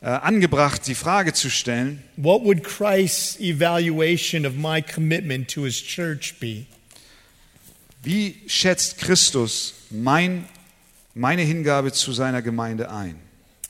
Speaker 2: äh, angebracht, die Frage zu stellen,
Speaker 1: what would Christ's evaluation of my commitment to his church be?
Speaker 2: wie schätzt Christus mein, meine Hingabe zu seiner Gemeinde ein?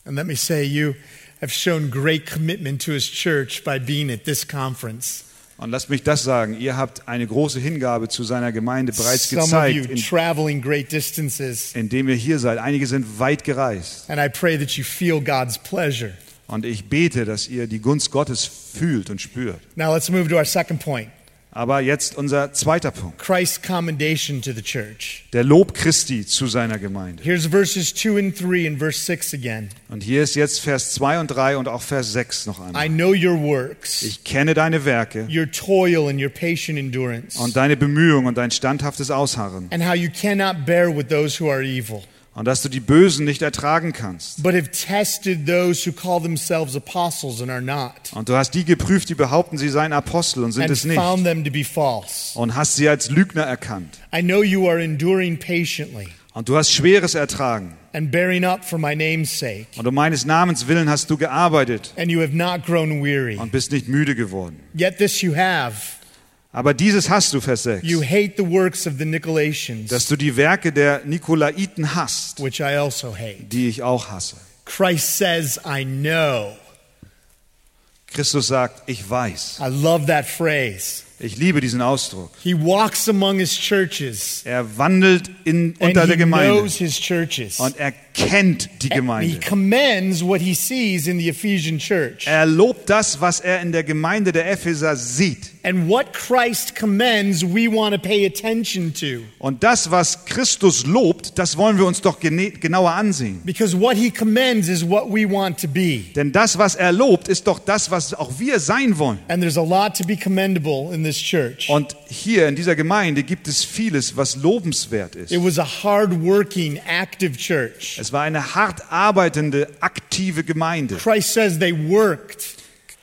Speaker 1: And let me say, you have shown great commitment to his church by being at this conference.
Speaker 2: Und lasst mich das sagen, ihr habt eine große Hingabe zu seiner Gemeinde bereits
Speaker 1: Some of you
Speaker 2: gezeigt, in,
Speaker 1: traveling great distances.
Speaker 2: indem ihr hier seid. Einige sind weit gereist.
Speaker 1: And I pray that you feel God's pleasure.
Speaker 2: Und Und ich bete, dass ihr die Gunst Gottes fühlt und spürt.
Speaker 1: Now let's move to our second point
Speaker 2: Aber jetzt unser zweiter Punkt,
Speaker 1: Christ's commendation to the church.
Speaker 2: der Lob Christi zu seiner Gemeinde.
Speaker 1: Here's verses 2 and 3 and verse 6 again.
Speaker 2: Und hier ist jetzt Vers 2 und 3 und auch Vers 6 noch einmal.
Speaker 1: I know your works,
Speaker 2: Ich kenne deine Werke
Speaker 1: your toil and your patient endurance,
Speaker 2: und deine Bemühungen und dein standhaftes Ausharren
Speaker 1: and how you cannot bear with those who are evil,
Speaker 2: und dass du die Bösen nicht ertragen kannst.
Speaker 1: but have tested those who call themselves apostles and are not,
Speaker 2: Und du hast die geprüft, die behaupten, sie seien Apostel und sind
Speaker 1: and
Speaker 2: es nicht.
Speaker 1: found them to be false.
Speaker 2: Und hast sie als Lügner erkannt.
Speaker 1: I know you are enduring patiently
Speaker 2: Und du hast Schweres ertragen.
Speaker 1: and bearing up for my name's sake,
Speaker 2: Und um meines Namens willen hast du gearbeitet
Speaker 1: and you have not grown weary.
Speaker 2: und bist nicht müde geworden.
Speaker 1: Yet this you have.
Speaker 2: Aber dieses hast du, Vers
Speaker 1: You
Speaker 2: 6,
Speaker 1: hate the works of the Nicolaitans,
Speaker 2: dass du die Werke der Nikolaiten hasst,
Speaker 1: which I also hate.
Speaker 2: die ich auch hasse.
Speaker 1: Christ says, I know.
Speaker 2: Christus sagt, ich weiß.
Speaker 1: I love that phrase.
Speaker 2: Ich liebe diesen Ausdruck.
Speaker 1: He walks among his churches
Speaker 2: Er wandelt in,
Speaker 1: and
Speaker 2: unter der
Speaker 1: he
Speaker 2: Gemeinde
Speaker 1: knows his churches.
Speaker 2: und er kennt die
Speaker 1: And he
Speaker 2: Gemeinde.
Speaker 1: commends what he sees in the Ephesian church.
Speaker 2: Er lobt das, was er in der Gemeinde der Epheser sieht.
Speaker 1: And what Christ commends, we want to pay attention to.
Speaker 2: Und das, was Christus lobt, das wollen wir uns doch gene genauer ansehen.
Speaker 1: Because what he commends is what we want to be.
Speaker 2: Denn das, was er lobt, ist doch das, was auch wir sein wollen.
Speaker 1: And there's a lot to be commendable in this church.
Speaker 2: Und hier in dieser Gemeinde gibt es vieles, was lobenswert
Speaker 1: It
Speaker 2: ist.
Speaker 1: was a hard working, active church.
Speaker 2: Es war eine hart arbeitende, aktive Gemeinde.
Speaker 1: Christ says they worked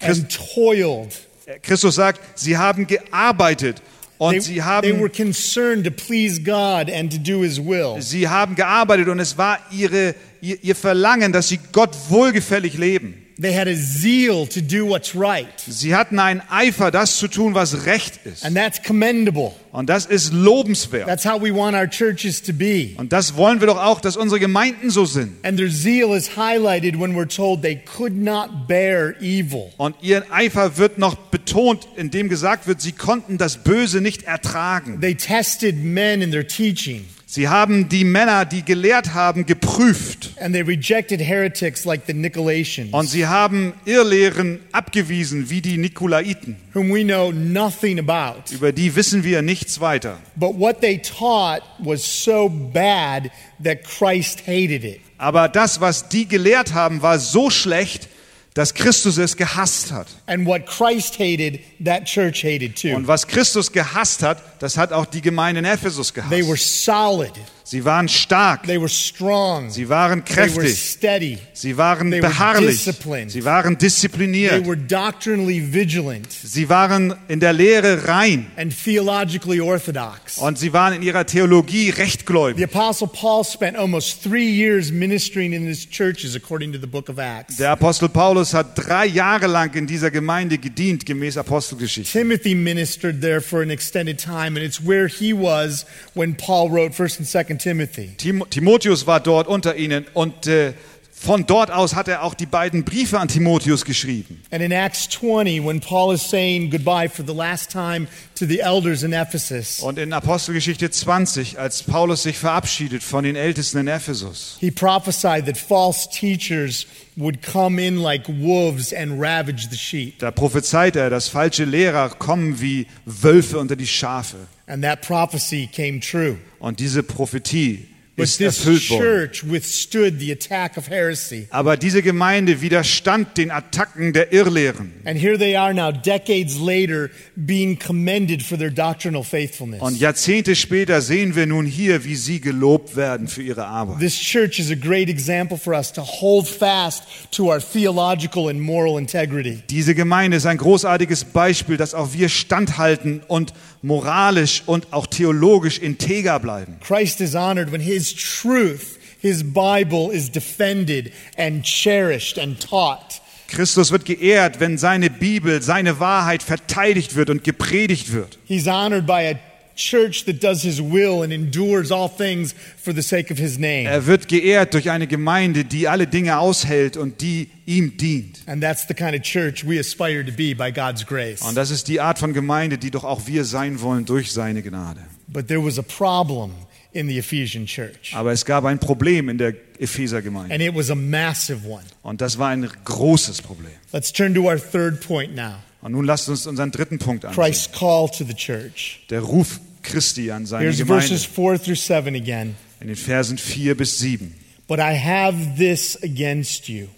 Speaker 1: and toiled.
Speaker 2: Äh, Christus sagt, sie haben gearbeitet und
Speaker 1: They,
Speaker 2: sie
Speaker 1: they were
Speaker 2: haben
Speaker 1: concerned to please God and to do his will.
Speaker 2: sie haben gearbeitet und es war ihre ihr, ihr Verlangen, dass sie Gott wohlgefällig leben.
Speaker 1: They had a zeal to do what's right.
Speaker 2: Sie hatten einen Eifer, das zu tun, was recht ist.
Speaker 1: And that's commendable.
Speaker 2: Und das ist lobenswert.
Speaker 1: That's how we want our churches to be.
Speaker 2: Und das wollen wir doch auch, dass unsere Gemeinden so sind.
Speaker 1: And their zeal is highlighted when we're told they could not bear evil.
Speaker 2: Und ihr Eifer wird noch betont, indem gesagt wird, sie konnten das Böse nicht ertragen.
Speaker 1: They tested men in their teaching,
Speaker 2: Sie haben die Männer, die gelehrt haben, geprüft.
Speaker 1: and they rejected heretics like the Nicolaitans,
Speaker 2: Und sie haben Irrlehren abgewiesen, wie die Nikolaiten.
Speaker 1: whom we know nothing about.
Speaker 2: Über die wissen wir nichts weiter.
Speaker 1: But what they taught was so bad that Christ hated it.
Speaker 2: Aber das, was die gelehrt haben, war so schlecht, dass Christus es gehasst hat.
Speaker 1: And what Christ hated, that church hated
Speaker 2: Und
Speaker 1: too.
Speaker 2: was Christus gehasst hat, das hat auch die Gemeinde in Ephesus
Speaker 1: They were
Speaker 2: gehasst.
Speaker 1: solid,
Speaker 2: Sie waren stark,
Speaker 1: they were strong,
Speaker 2: sie waren
Speaker 1: they were
Speaker 2: kräftig,
Speaker 1: steady,
Speaker 2: sie waren
Speaker 1: they were
Speaker 2: beharrlich,
Speaker 1: disciplined.
Speaker 2: sie waren
Speaker 1: they
Speaker 2: diszipliniert,
Speaker 1: were doctrinally vigilant
Speaker 2: sie waren in der Lehre rein
Speaker 1: and theologically orthodox.
Speaker 2: und sie waren in ihrer Theologie rechtgläubig.
Speaker 1: The Apostle Paul spent almost three years ministering in his churches, according to the book of Acts.
Speaker 2: Der Apostel Paulus hat drei Jahre lang in dieser Gemeinde gedient, gemäß Apostelgeschichte.
Speaker 1: Timothy ministered there for an extended time, and it's where he was when Paul wrote 1st and 2nd Timothy.
Speaker 2: Tim Timotheus war dort unter ihnen und äh, von dort aus hat er auch die beiden Briefe an Timotheus geschrieben.
Speaker 1: And in Acts 20, when Paul is saying goodbye for the last time to the elders in Ephesus,
Speaker 2: Und in Apostelgeschichte 20, als Paulus sich verabschiedet von den Ältesten in Ephesus,
Speaker 1: he prophesied that false teachers would come in like wolves and ravage the sheep.
Speaker 2: da prophezeit er, dass falsche Lehrer kommen wie Wölfe unter die Schafe.
Speaker 1: And that prophecy came true.
Speaker 2: Und diese Prophetie
Speaker 1: But
Speaker 2: ist
Speaker 1: this
Speaker 2: erfüllt worden.
Speaker 1: church withstood the attack of heresy.
Speaker 2: Aber diese Gemeinde widerstand den Attacken der Irrlehren.
Speaker 1: And here they are now, decades later, being commended for their doctrinal faithfulness.
Speaker 2: Und Jahrzehnte später sehen wir nun hier, wie sie gelobt werden für ihre Arbeit.
Speaker 1: this church is a great example for us to hold fast to our theological and moral integrity.
Speaker 2: Diese Gemeinde ist ein großartiges Beispiel, dass auch wir standhalten und moralisch und auch theologisch integer bleiben.
Speaker 1: Christ is honored when his truth, his Bible, is defended and cherished and taught.
Speaker 2: Christus wird geehrt, wenn seine Bibel, seine Wahrheit verteidigt wird und gepredigt wird.
Speaker 1: He's honored by a church that does his will and endures all things for the sake of his name.
Speaker 2: Er wird geehrt durch eine Gemeinde, die alle Dinge aushält und die ihm dient.
Speaker 1: and that's the kind of church we aspire to be by God's grace.
Speaker 2: Und das ist die Art von Gemeinde, die doch auch wir sein wollen durch seine Gnade.
Speaker 1: But there was a problem in the Ephesian church.
Speaker 2: Aber es gab ein Problem in der Ephesergemeinde.
Speaker 1: And it was a massive one.
Speaker 2: Und das war ein großes Problem.
Speaker 1: Let's turn to our third point now
Speaker 2: Und nun lasst uns unseren dritten Punkt ansehen.
Speaker 1: Christ's call to the church.
Speaker 2: Der Ruf Christi an seine
Speaker 1: Here's
Speaker 2: Gemeinde.
Speaker 1: verses 4 through 7 again.
Speaker 2: In den Versen 4 bis 7.
Speaker 1: But I have this against you,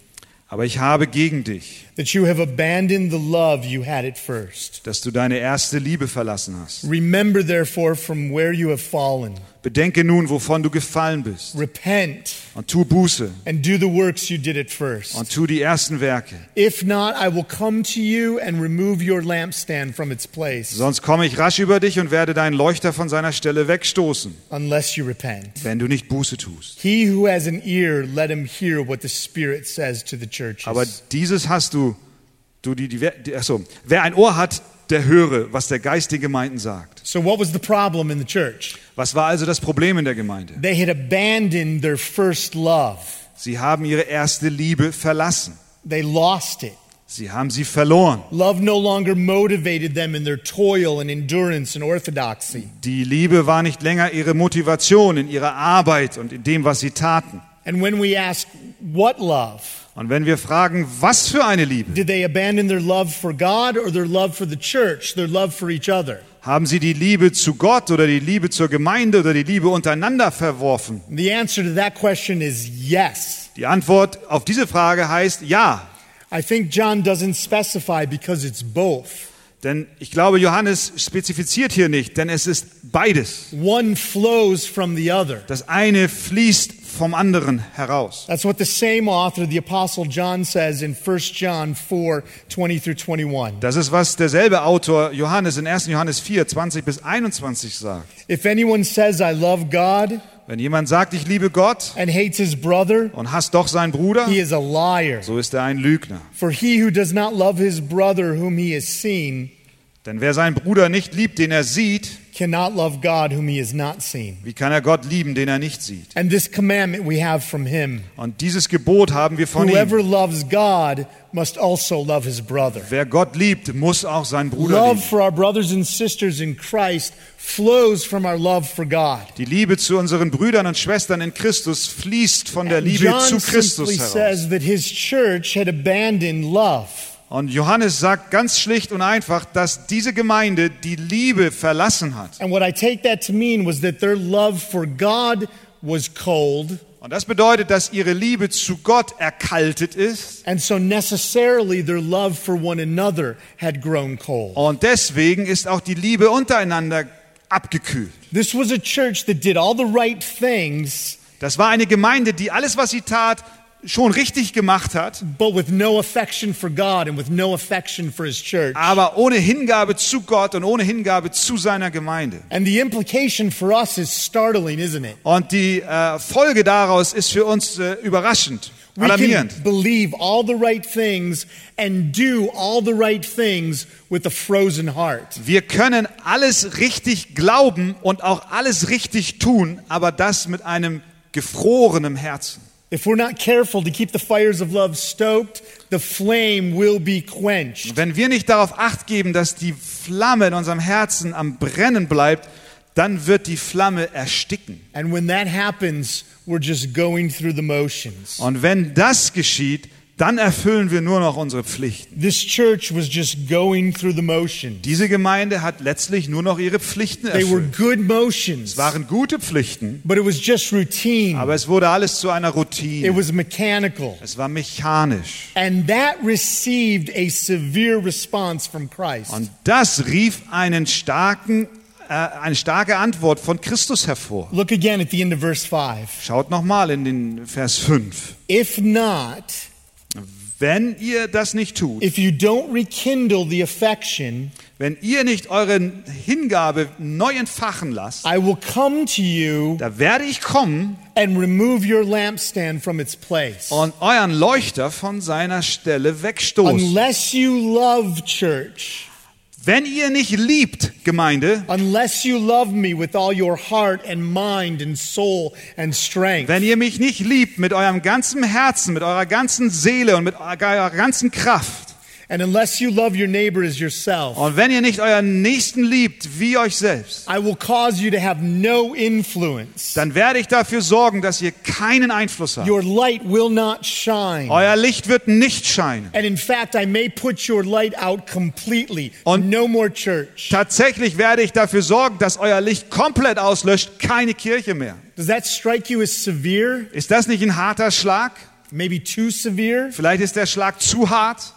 Speaker 2: Aber ich habe gegen dich,
Speaker 1: that you have abandoned the love you had at first.
Speaker 2: dass du deine erste Liebe verlassen hast.
Speaker 1: Remember, therefore, from where you have fallen.
Speaker 2: Bedenke nun, wovon du gefallen bist.
Speaker 1: Repent
Speaker 2: Und tu Buße.
Speaker 1: and do the works you did at first.
Speaker 2: Und tu die ersten Werke.
Speaker 1: If not, I will come to you and remove your lampstand from its place,
Speaker 2: Sonst komme ich rasch über dich und werde deinen Leuchter von seiner Stelle wegstoßen,
Speaker 1: unless you repent.
Speaker 2: wenn du nicht Buße tust.
Speaker 1: He who has an ear, let him hear what the Spirit says to the
Speaker 2: Aber
Speaker 1: churches.
Speaker 2: dieses hast du, du die, die, die achso, wer ein Ohr hat, der höre, was der Geist den Gemeinden sagt.
Speaker 1: So, what was the problem in the church?
Speaker 2: Was war also das Problem in der Gemeinde?
Speaker 1: They had abandoned their first love,
Speaker 2: Sie haben ihre erste Liebe verlassen.
Speaker 1: they lost it.
Speaker 2: Sie haben sie verloren.
Speaker 1: Love no longer motivated them in their toil and endurance and orthodoxy.
Speaker 2: Die Liebe war nicht länger ihre Motivation in ihrer Arbeit und in dem, was sie taten.
Speaker 1: And when we ask, what love?
Speaker 2: Und wenn wir fragen, was für eine Liebe,
Speaker 1: Did they abandon their love for God or their love for the church, their love for each other?
Speaker 2: haben sie die Liebe zu Gott oder die Liebe zur Gemeinde oder die Liebe untereinander verworfen?
Speaker 1: And the answer to that question is yes.
Speaker 2: Die Antwort auf diese Frage heißt ja,
Speaker 1: I think John doesn't specify because it's both.
Speaker 2: denn ich glaube, Johannes spezifiziert hier nicht, denn es ist beides.
Speaker 1: One flows from the other.
Speaker 2: Das eine fließt vom anderen heraus.
Speaker 1: That's what the same author, the Apostle John, says in 1 John 4 20 through 21.
Speaker 2: Das ist, was derselbe Autor Johannes in 1. Johannes 4, 20 bis 21 sagt.
Speaker 1: If anyone says, I love God
Speaker 2: Wenn jemand sagt, ich liebe Gott
Speaker 1: and hates his brother,
Speaker 2: und hasst doch seinen Bruder,
Speaker 1: he is a liar.
Speaker 2: so ist er ein Lügner.
Speaker 1: For he who does not love his brother whom he has seen
Speaker 2: Denn wer seinen Bruder nicht liebt, den er sieht,
Speaker 1: cannot love God whom he has not seen.
Speaker 2: wie kann er Gott lieben, den er nicht sieht?
Speaker 1: And this commandment we have from him
Speaker 2: Und dieses Gebot haben wir von ihm.
Speaker 1: whoever loves God must also love his brother.
Speaker 2: Wer Gott liebt, muss auch seinen Bruder
Speaker 1: Love
Speaker 2: lieben.
Speaker 1: for our brothers and sisters in Christ flows from our love for God.
Speaker 2: Die Liebe zu unseren Brüdern und Schwestern in Christus fließt von der Liebe zu
Speaker 1: John
Speaker 2: Christus
Speaker 1: simply
Speaker 2: heraus.
Speaker 1: says that his church had abandoned love.
Speaker 2: Und Johannes sagt ganz schlicht und einfach, dass diese Gemeinde die Liebe verlassen hat.
Speaker 1: And what I take that to mean was that their love for God was cold,
Speaker 2: Und das bedeutet, dass ihre Liebe zu Gott erkaltet ist.
Speaker 1: and so necessarily their love for one another had grown cold.
Speaker 2: Und deswegen ist auch die Liebe untereinander abgekühlt.
Speaker 1: This was a church that did all the right things,
Speaker 2: Das war eine Gemeinde, die alles, was sie tat, schon richtig gemacht hat,
Speaker 1: but with no affection for God and with no affection for his church.
Speaker 2: aber ohne Hingabe zu Gott und ohne Hingabe zu seiner Gemeinde.
Speaker 1: And the implication for us is startling, isn't it?
Speaker 2: Und die äh, Folge daraus ist für uns äh, überraschend,
Speaker 1: We can
Speaker 2: alarmierend.
Speaker 1: believe all the right things and do all the right things with a frozen heart.
Speaker 2: Wir können alles richtig glauben und auch alles richtig tun, aber das mit einem gefrorenen Herzen.
Speaker 1: If we're not careful to keep the fires of love stoked, the flame will be quenched.
Speaker 2: Wenn wir nicht darauf acht geben, dass die Flamme in unserem Herzen am Brennen bleibt, dann wird die Flamme ersticken.
Speaker 1: And when that happens, we're just going through the motions.
Speaker 2: Und wenn das geschieht, dann erfüllen wir nur noch unsere Pflichten.
Speaker 1: This church was just going through the motions.
Speaker 2: Diese Gemeinde hat letztlich nur noch ihre Pflichten
Speaker 1: They were
Speaker 2: erfüllt.
Speaker 1: good motions,
Speaker 2: Es waren gute Pflichten,
Speaker 1: but it was just routine.
Speaker 2: aber es wurde alles zu einer
Speaker 1: It
Speaker 2: Routine.
Speaker 1: was mechanical.
Speaker 2: Es war mechanisch.
Speaker 1: And that received a severe response from Christ.
Speaker 2: Und das rief einen starken, äh, eine starke Antwort von Christus hervor.
Speaker 1: Look again at the end of verse 5.
Speaker 2: Schaut nochmal in den Vers 5.
Speaker 1: If not,
Speaker 2: Wenn ihr das nicht tut,
Speaker 1: if you don't rekindle the affection,
Speaker 2: wenn ihr nicht eure Hingabe neu entfachen lasst,
Speaker 1: I will come to you
Speaker 2: da werde ich kommen
Speaker 1: and remove your lampstand from its place.
Speaker 2: und euren Leuchter von seiner Stelle wegstoßen.
Speaker 1: Unless you love church,
Speaker 2: Wenn ihr nicht liebt, Gemeinde,
Speaker 1: unless you love me with all your heart and mind and soul and strength,
Speaker 2: wenn ihr mich nicht liebt mit eurem ganzen Herzen, mit eurer ganzen Seele und mit eurer ganzen Kraft,
Speaker 1: And unless you love your neighbor as yourself,
Speaker 2: Und wenn ihr nicht euren Nächsten liebt wie euch selbst,
Speaker 1: I will cause you to have no influence.
Speaker 2: dann werde ich dafür sorgen, dass ihr keinen Einfluss habt.
Speaker 1: Your light will not shine.
Speaker 2: Euer Licht wird nicht scheinen.
Speaker 1: And in fact, I may put your light out completely.
Speaker 2: Und-
Speaker 1: no more church.
Speaker 2: Tatsächlich werde ich dafür sorgen, dass euer Licht komplett auslöscht, keine Kirche mehr.
Speaker 1: Does that strike you as severe?
Speaker 2: Ist das nicht ein harter Schlag?
Speaker 1: Maybe too severe?
Speaker 2: Vielleicht ist der Schlag zu hart,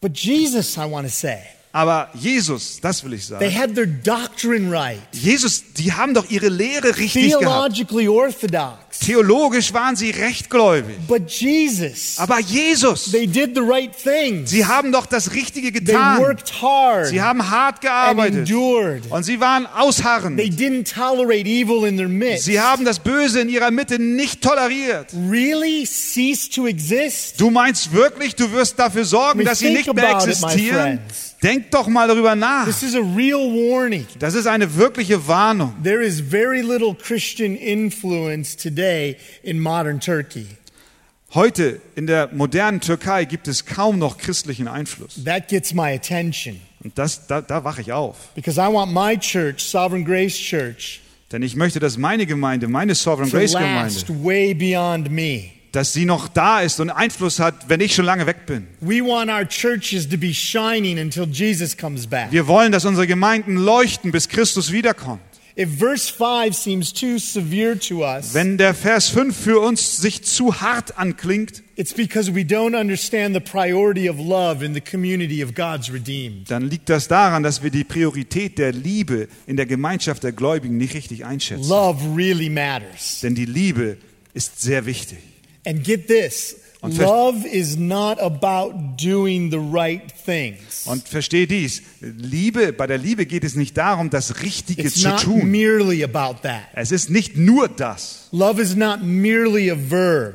Speaker 1: But Jesus, I want to say,
Speaker 2: aber Jesus, das will ich
Speaker 1: they
Speaker 2: sagen.
Speaker 1: had their doctrine right,
Speaker 2: Jesus, die haben doch ihre Lehre richtig gehabt.
Speaker 1: theologically orthodox.
Speaker 2: Theologisch waren sie rechtgläubig.
Speaker 1: But Jesus,
Speaker 2: Aber Jesus,
Speaker 1: they did the right thing.
Speaker 2: sie haben doch das Richtige
Speaker 1: They
Speaker 2: getan.
Speaker 1: worked hard
Speaker 2: Sie haben hart
Speaker 1: and
Speaker 2: gearbeitet.
Speaker 1: endured.
Speaker 2: Und sie waren
Speaker 1: They
Speaker 2: ausharrend.
Speaker 1: didn't tolerate evil in their midst.
Speaker 2: Sie haben das Böse in ihrer Mitte nicht toleriert.
Speaker 1: Really cease to exist?
Speaker 2: Du meinst wirklich, du wirst dafür sorgen,
Speaker 1: I mean,
Speaker 2: dass sie
Speaker 1: think
Speaker 2: nicht mehr
Speaker 1: about it, my
Speaker 2: existieren?
Speaker 1: friends.
Speaker 2: Denk doch mal darüber nach.
Speaker 1: This is a real warning.
Speaker 2: Das ist eine wirkliche Warnung.
Speaker 1: There is very little Christian influence today in modern Turkey.
Speaker 2: Heute in der modernen Türkei gibt es kaum noch christlichen Einfluss.
Speaker 1: That gets my attention
Speaker 2: Und das, da, da wache ich auf.
Speaker 1: because I want my church, Sovereign Grace Church,
Speaker 2: Denn ich möchte, dass meine Gemeinde, meine Sovereign
Speaker 1: to
Speaker 2: Grace
Speaker 1: last
Speaker 2: Gemeinde,
Speaker 1: way beyond me.
Speaker 2: dass sie noch da ist und Einfluss hat, wenn ich schon lange weg bin.
Speaker 1: We want our churches to be shining until Jesus comes back.
Speaker 2: Wir wollen, dass unsere Gemeinden leuchten, bis Christus wiederkommt.
Speaker 1: If verse 5 seems too severe to us,
Speaker 2: Wenn der Vers 5 für uns sich zu hart anklingt,
Speaker 1: it's because we don't understand the priority of love in the community of God's redeemed.
Speaker 2: dann liegt das daran, dass wir die Priorität der Liebe in der Gemeinschaft der Gläubigen nicht richtig einschätzen.
Speaker 1: Love really matters.
Speaker 2: Denn die Liebe ist sehr wichtig.
Speaker 1: And get this
Speaker 2: Und ver-
Speaker 1: love is not about doing the right things.
Speaker 2: Und verstehe dies, Liebe, bei der Liebe geht es nicht darum, das Richtige
Speaker 1: It's
Speaker 2: zu
Speaker 1: not
Speaker 2: tun.
Speaker 1: merely about that.
Speaker 2: Es ist nicht nur das.
Speaker 1: Love is not merely a verb,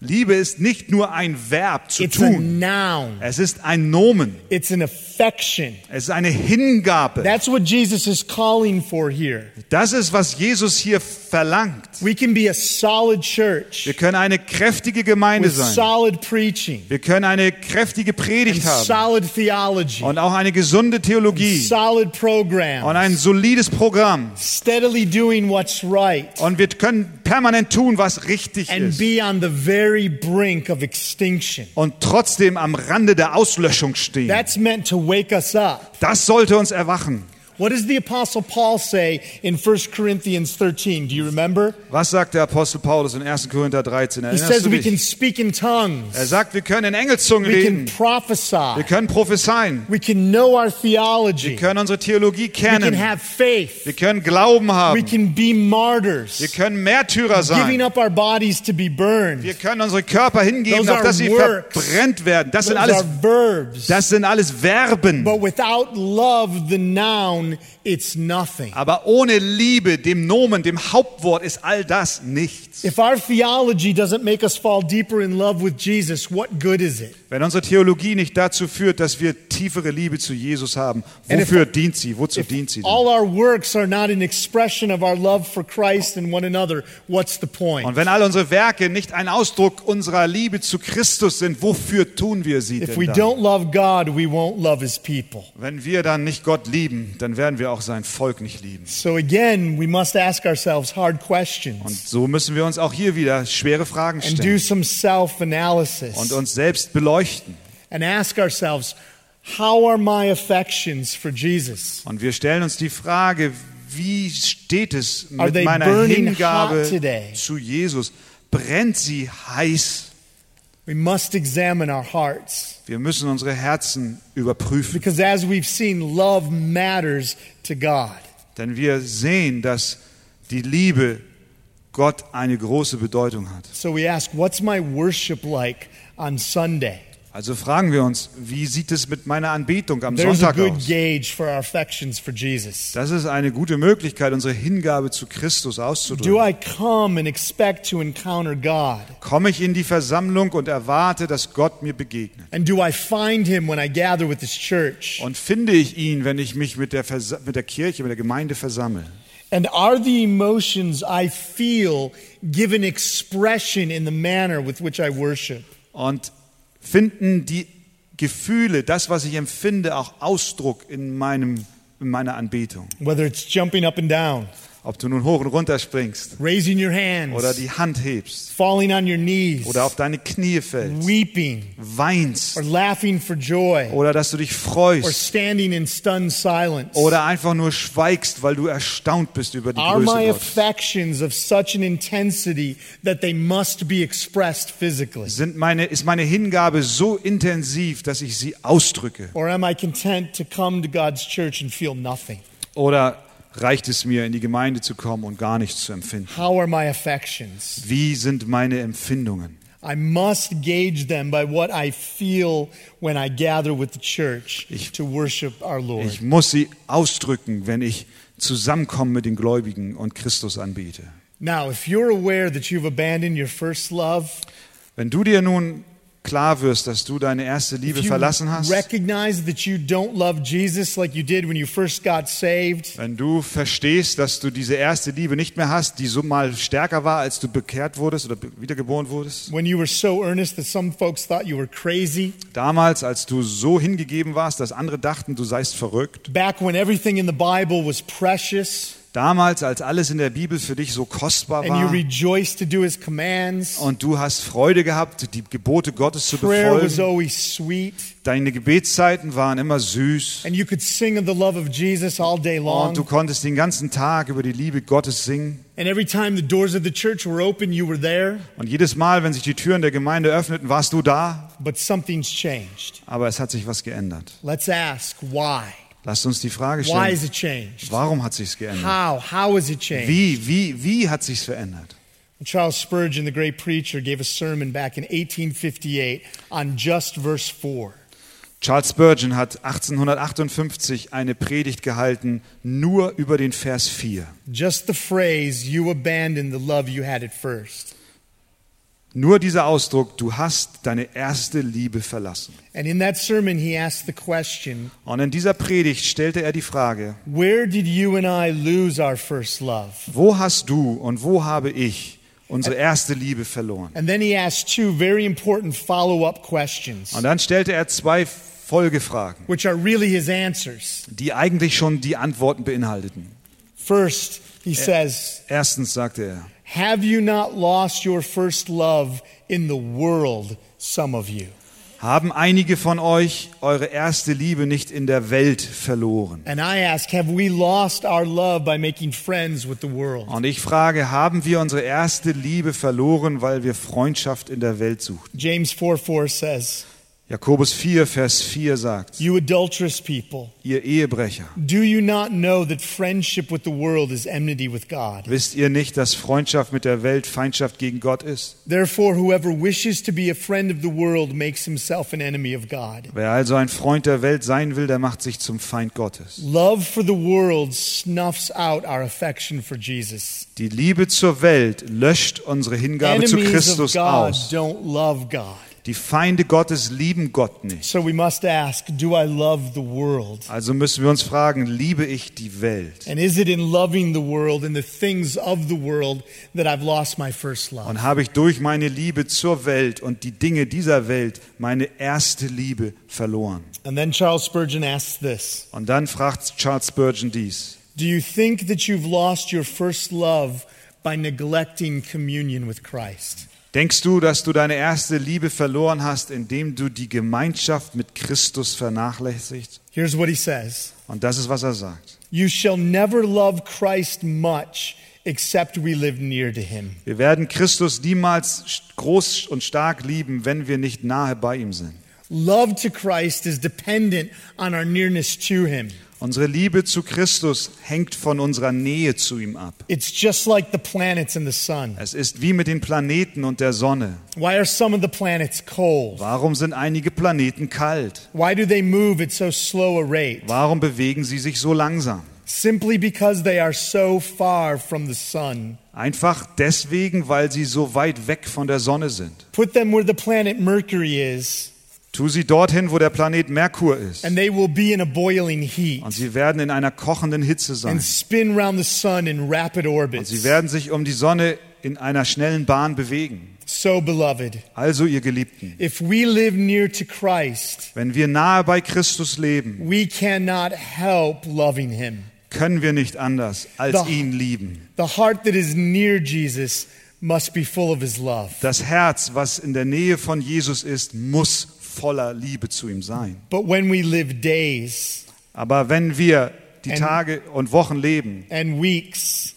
Speaker 2: Liebe ist nicht nur ein Verb zu
Speaker 1: it's a
Speaker 2: tun.
Speaker 1: noun,
Speaker 2: Es ist ein Nomen.
Speaker 1: it's an affection.
Speaker 2: Es ist eine Hingabe.
Speaker 1: That's what Jesus is calling for here.
Speaker 2: Das ist, was Jesus hier verlangt.
Speaker 1: We can be a solid church
Speaker 2: Wir können eine kräftige Gemeinde
Speaker 1: with
Speaker 2: sein.
Speaker 1: solid preaching,
Speaker 2: Wir können eine kräftige
Speaker 1: and
Speaker 2: Predigt haben.
Speaker 1: solid theology,
Speaker 2: Und auch eine gesunde Theologie.
Speaker 1: solid programs,
Speaker 2: Und ein solides Programm.
Speaker 1: steadily doing what's right,
Speaker 2: Und wir können permanent tun, was richtig
Speaker 1: and
Speaker 2: ist.
Speaker 1: be on the very brink of extinction.
Speaker 2: Und trotzdem am Rande der Auslöschung stehen.
Speaker 1: That's meant to wake us up.
Speaker 2: Das sollte uns erwachen.
Speaker 1: What does the Apostle Paul say in 1 Corinthians 13? Do you remember?
Speaker 2: Was sagt der Apostel Paulus in 1. Korinther 13?
Speaker 1: He
Speaker 2: Erinnerst
Speaker 1: says
Speaker 2: du
Speaker 1: we can
Speaker 2: dich?
Speaker 1: speak in tongues,
Speaker 2: Er sagt, wir können in Engelzungen
Speaker 1: we can
Speaker 2: reden. Wir
Speaker 1: prophesy,
Speaker 2: können prophezeien.
Speaker 1: we can know our
Speaker 2: Wir
Speaker 1: theology,
Speaker 2: können unsere Theologie
Speaker 1: we can
Speaker 2: kennen.
Speaker 1: have faith,
Speaker 2: Wir können Glauben
Speaker 1: we
Speaker 2: haben.
Speaker 1: can be
Speaker 2: Wir
Speaker 1: martyrs,
Speaker 2: können Märtyrer
Speaker 1: giving
Speaker 2: sein.
Speaker 1: up our bodies to be
Speaker 2: Wir
Speaker 1: burned.
Speaker 2: können unsere Körper hingeben,
Speaker 1: Those
Speaker 2: auf
Speaker 1: are
Speaker 2: dass sie
Speaker 1: works.
Speaker 2: verbrennt werden. Das
Speaker 1: Those
Speaker 2: sind
Speaker 1: are
Speaker 2: alles,
Speaker 1: verbs.
Speaker 2: das sind alles Verben.
Speaker 1: But without love, the noun, it's nothing.
Speaker 2: Aber ohne Liebe, dem Nomen, dem Hauptwort ist all das nichts.
Speaker 1: If our theology doesn't make us fall deeper in love with Jesus, what good is it?
Speaker 2: Wenn unsere Theologie nicht dazu führt, dass wir tiefere Liebe zu Jesus haben,
Speaker 1: And if-
Speaker 2: wofür dient sie? Wozu dient sie? Denn?
Speaker 1: All our works are not an expression of our love for Christ and one another. What's the
Speaker 2: Und
Speaker 1: point?
Speaker 2: wenn all unsere Werke nicht ein Ausdruck unserer Liebe zu Christus sind, wofür tun wir sie
Speaker 1: If
Speaker 2: denn
Speaker 1: we
Speaker 2: dann?
Speaker 1: don't love God, we won't love his people.
Speaker 2: Wenn wir dann nicht Gott lieben, dann werden wir auch sein Volk nicht lieben.
Speaker 1: So again, we must ask ourselves hard
Speaker 2: Und
Speaker 1: questions
Speaker 2: so müssen wir uns auch hier wieder schwere Fragen
Speaker 1: and do
Speaker 2: stellen
Speaker 1: some self
Speaker 2: und
Speaker 1: analysis
Speaker 2: uns selbst beleuchten.
Speaker 1: and ask ourselves, how are my affections for Jesus?
Speaker 2: Und wir stellen uns die Frage, wie steht es
Speaker 1: Are
Speaker 2: mit
Speaker 1: they
Speaker 2: meiner
Speaker 1: burning
Speaker 2: Hingabe
Speaker 1: hot today?
Speaker 2: zu Jesus? Brennt sie heiß?
Speaker 1: We must examine our hearts
Speaker 2: Wir müssen unsere Herzen überprüfen,
Speaker 1: because, as we've seen, love matters to God.
Speaker 2: denn wir sehen, dass die Liebe Gott eine große Bedeutung hat.
Speaker 1: So we ask, what's my worship like on Sunday?
Speaker 2: Also fragen wir uns, wie sieht es mit meiner Anbetung am
Speaker 1: There's a
Speaker 2: Sonntag
Speaker 1: good
Speaker 2: aus?
Speaker 1: gauge for our affections for Jesus.
Speaker 2: Das ist eine gute Möglichkeit, unsere Hingabe zu Christus
Speaker 1: Do
Speaker 2: auszudrücken.
Speaker 1: I come and expect to encounter God?
Speaker 2: Komme ich in die Versammlung und erwarte, dass Gott mir begegnet?
Speaker 1: And do I find him when I gather with this church?
Speaker 2: Und finde ich ihn, wenn ich mich mit der, Versa mit der Kirche, mit der Gemeinde versammle?
Speaker 1: And are the emotions I feel given expression in the manner with which I worship?
Speaker 2: Und finden die Gefühle, das, was ich empfinde, auch Ausdruck in, meinem, in meiner Anbetung.
Speaker 1: Whether it's jumping up and down,
Speaker 2: Ob du nun hoch und runter springst
Speaker 1: raising your hands,
Speaker 2: oder die Hand hebst
Speaker 1: falling on your knees,
Speaker 2: oder auf deine Knie fällst,
Speaker 1: weeping,
Speaker 2: weinst
Speaker 1: or laughing for joy,
Speaker 2: oder dass du dich
Speaker 1: or
Speaker 2: freust
Speaker 1: standing in stunned silence.
Speaker 2: oder einfach nur schweigst, weil du erstaunt bist über die
Speaker 1: Are my
Speaker 2: Größe Gottes.
Speaker 1: affections of such an intensity that they must be expressed physically?
Speaker 2: Sind meine, ist meine Hingabe so intensiv, dass ich sie ausdrücke?
Speaker 1: Or am I content to come to God's church and feel nothing?
Speaker 2: Oder reicht es mir, in die Gemeinde zu kommen und gar nichts zu empfinden?
Speaker 1: How are my affections?
Speaker 2: Wie sind meine Empfindungen?
Speaker 1: I must gauge them by what I feel when I gather with the church
Speaker 2: Ich-
Speaker 1: to worship our Lord.
Speaker 2: Ich muss sie ausdrücken, wenn ich zusammenkomme mit den Gläubigen und Christus anbete.
Speaker 1: now, if you're aware that you've abandoned your first love,
Speaker 2: Wenn du dir nun klar wirst, dass du deine erste Liebe
Speaker 1: if you
Speaker 2: verlassen hast,
Speaker 1: recognize that you don't love Jesus like you did when you first got saved,
Speaker 2: wenn du verstehst, dass du diese erste Liebe nicht mehr hast, die so mal stärker war, als du bekehrt wurdest oder be- wiedergeboren wurdest,
Speaker 1: when you were so earnest that some folks thought you were crazy,
Speaker 2: damals, als du so hingegeben warst, dass andere dachten, du seist verrückt,
Speaker 1: back when everything in the Bible was precious
Speaker 2: damals, als alles in der Bibel für dich so kostbar
Speaker 1: and you
Speaker 2: war,
Speaker 1: rejoiced to do his commands,
Speaker 2: und du hast Freude gehabt, die Gebote Gottes zu
Speaker 1: prayer was
Speaker 2: befolgen.
Speaker 1: always sweet,
Speaker 2: Deine Gebetszeiten waren immer süß.
Speaker 1: and you could sing of the love of Jesus all day long.
Speaker 2: Und du konntest den ganzen Tag über die Liebe Gottes singen.
Speaker 1: And every time the doors of the church were open, you were there,
Speaker 2: Und jedes Mal, wenn sich die Türen der Gemeinde öffneten, warst du da.
Speaker 1: but something's changed.
Speaker 2: Aber es hat sich was geändert.
Speaker 1: Let's ask why.
Speaker 2: Lasst uns die Frage
Speaker 1: Why is
Speaker 2: stellen,
Speaker 1: it changed?
Speaker 2: warum hat sich's geändert?
Speaker 1: How? How has it changed?
Speaker 2: Wie, wie, wie hat sich's verändert?
Speaker 1: Charles Spurgeon, the great preacher, gave a sermon back in 1858 on just verse 4.
Speaker 2: Charles Spurgeon hat 1858 eine Predigt gehalten, nur über den Vers 4.
Speaker 1: Just the phrase, you abandoned the love you had at first.
Speaker 2: Nur dieser Ausdruck, du hast deine erste Liebe verlassen.
Speaker 1: And in that sermon, he asked the question,
Speaker 2: Und in dieser Predigt stellte er die Frage,
Speaker 1: Where did you and I lose our first love?
Speaker 2: wo hast du und wo habe ich unsere erste Liebe verloren?
Speaker 1: And then he asked two very important follow up questions,
Speaker 2: Und dann stellte er zwei Folgefragen,
Speaker 1: which are really his answers.
Speaker 2: die eigentlich schon die Antworten beinhalteten.
Speaker 1: First, he says,
Speaker 2: Erstens sagte er,
Speaker 1: Have you not lost your first love in the world, some of you?
Speaker 2: haben einige von euch eure erste Liebe nicht in der Welt verloren?
Speaker 1: And I ask, Have we lost our love by making friends with the world?
Speaker 2: Und ich frage, haben wir unsere erste Liebe verloren, weil wir Freundschaft in der Welt suchten?
Speaker 1: James 4 4 says,
Speaker 2: Jakobus 4, Vers 4 sagt,
Speaker 1: You adulterous people,
Speaker 2: ihr Ehebrecher,
Speaker 1: do you not know that friendship with the world is enmity with God?
Speaker 2: wisst ihr nicht, dass Freundschaft mit der Welt Feindschaft gegen Gott ist?
Speaker 1: Therefore, whoever wishes to be a friend of the world makes himself an enemy of God.
Speaker 2: Wer also ein Freund der Welt sein will, der macht sich zum Feind Gottes.
Speaker 1: Love for the world snuffs out our affection for Jesus.
Speaker 2: Die Liebe zur Welt löscht unsere Hingabe zu
Speaker 1: Enemies of
Speaker 2: Christus
Speaker 1: God
Speaker 2: aus.
Speaker 1: don't love God.
Speaker 2: Die Feinde Gottes lieben Gott nicht.
Speaker 1: So we must ask, do I love the world?
Speaker 2: Also müssen wir uns fragen, liebe ich die Welt?
Speaker 1: And is it in loving the world and the things of the world that I've lost my first love?
Speaker 2: Und habe ich durch meine Liebe zur Welt und die Dinge dieser Welt meine erste Liebe verloren?
Speaker 1: And then Charles Spurgeon asks this
Speaker 2: Und dann fragt Charles Spurgeon dies.
Speaker 1: Do you think that you've lost your first love by neglecting communion with Christ?
Speaker 2: Denkst du, dass du deine erste Liebe verloren hast, indem du die Gemeinschaft mit Christus vernachlässigst?
Speaker 1: Here's what he says
Speaker 2: Und das ist, was er sagt.
Speaker 1: You shall never love Christ much except we live near to him.
Speaker 2: Wir werden Christus niemals groß und stark lieben, wenn wir nicht nahe bei ihm sind.
Speaker 1: Love to Christ is dependent on our nearness to him.
Speaker 2: Unsere Liebe zu Christus hängt von unserer Nähe zu ihm ab.
Speaker 1: It's just like the planets and the sun.
Speaker 2: Es ist wie mit den Planeten und der Sonne.
Speaker 1: Why are some of the planets cold?
Speaker 2: Warum sind einige Planeten kalt?
Speaker 1: Why do they move at so slow a rate?
Speaker 2: Warum bewegen sie sich so langsam?
Speaker 1: Simply because they are so far from the sun.
Speaker 2: Einfach deswegen, weil sie so weit weg von der Sonne sind.
Speaker 1: Put them where the planet Mercury is,
Speaker 2: Tu sie dorthin, wo der Planet Merkur ist.
Speaker 1: and they will be in a boiling heat
Speaker 2: Und sie werden in einer kochenden Hitze
Speaker 1: and
Speaker 2: sein.
Speaker 1: spin round the sun in rapid
Speaker 2: Und sie
Speaker 1: orbits.
Speaker 2: werden sich um die Sonne in einer schnellen Bahn bewegen.
Speaker 1: So, beloved,
Speaker 2: Also ihr Geliebten,
Speaker 1: if we live near to Christ,
Speaker 2: wenn wir nahe bei Christus leben,
Speaker 1: we cannot help loving him.
Speaker 2: können wir nicht anders als
Speaker 1: Doch.
Speaker 2: ihn lieben.
Speaker 1: The heart that is near Jesus must be full of his love.
Speaker 2: Das Herz, was in der Nähe von Jesus ist, muss voller Liebe zu ihm sein.
Speaker 1: But when we live days
Speaker 2: Aber wenn wir die
Speaker 1: And-
Speaker 2: Tage und Wochen leben
Speaker 1: and weeks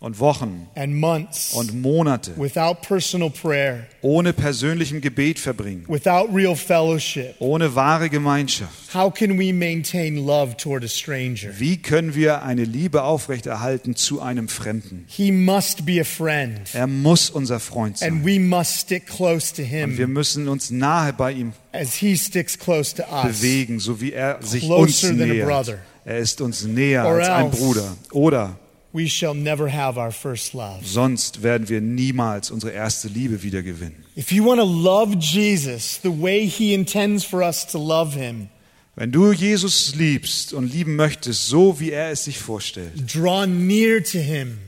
Speaker 2: und Wochen
Speaker 1: and months
Speaker 2: und Monate
Speaker 1: without personal prayer,
Speaker 2: ohne persönlichem Gebet verbringen,
Speaker 1: without real fellowship,
Speaker 2: ohne wahre Gemeinschaft,
Speaker 1: how can we maintain love toward a stranger?
Speaker 2: wie können wir eine Liebe aufrechterhalten zu einem Fremden?
Speaker 1: He must be a friend,
Speaker 2: Er muss unser Freund
Speaker 1: and
Speaker 2: sein.
Speaker 1: we must stick close to
Speaker 2: Und wir
Speaker 1: him
Speaker 2: müssen uns nahe bei ihm
Speaker 1: as he sticks close to us.
Speaker 2: bewegen, so wie er sich uns
Speaker 1: Closer than a
Speaker 2: nähert.
Speaker 1: brother.
Speaker 2: Er ist uns näher
Speaker 1: Or
Speaker 2: als ein
Speaker 1: else.
Speaker 2: Bruder. Oder
Speaker 1: We shall never have our first love.
Speaker 2: sonst werden wir niemals unsere erste Liebe wiedergewinnen.
Speaker 1: If you want to love Jesus the way he intends for us to love him,
Speaker 2: Wenn du Jesus liebst und lieben möchtest, so wie er es sich vorstellt,
Speaker 1: draw near to him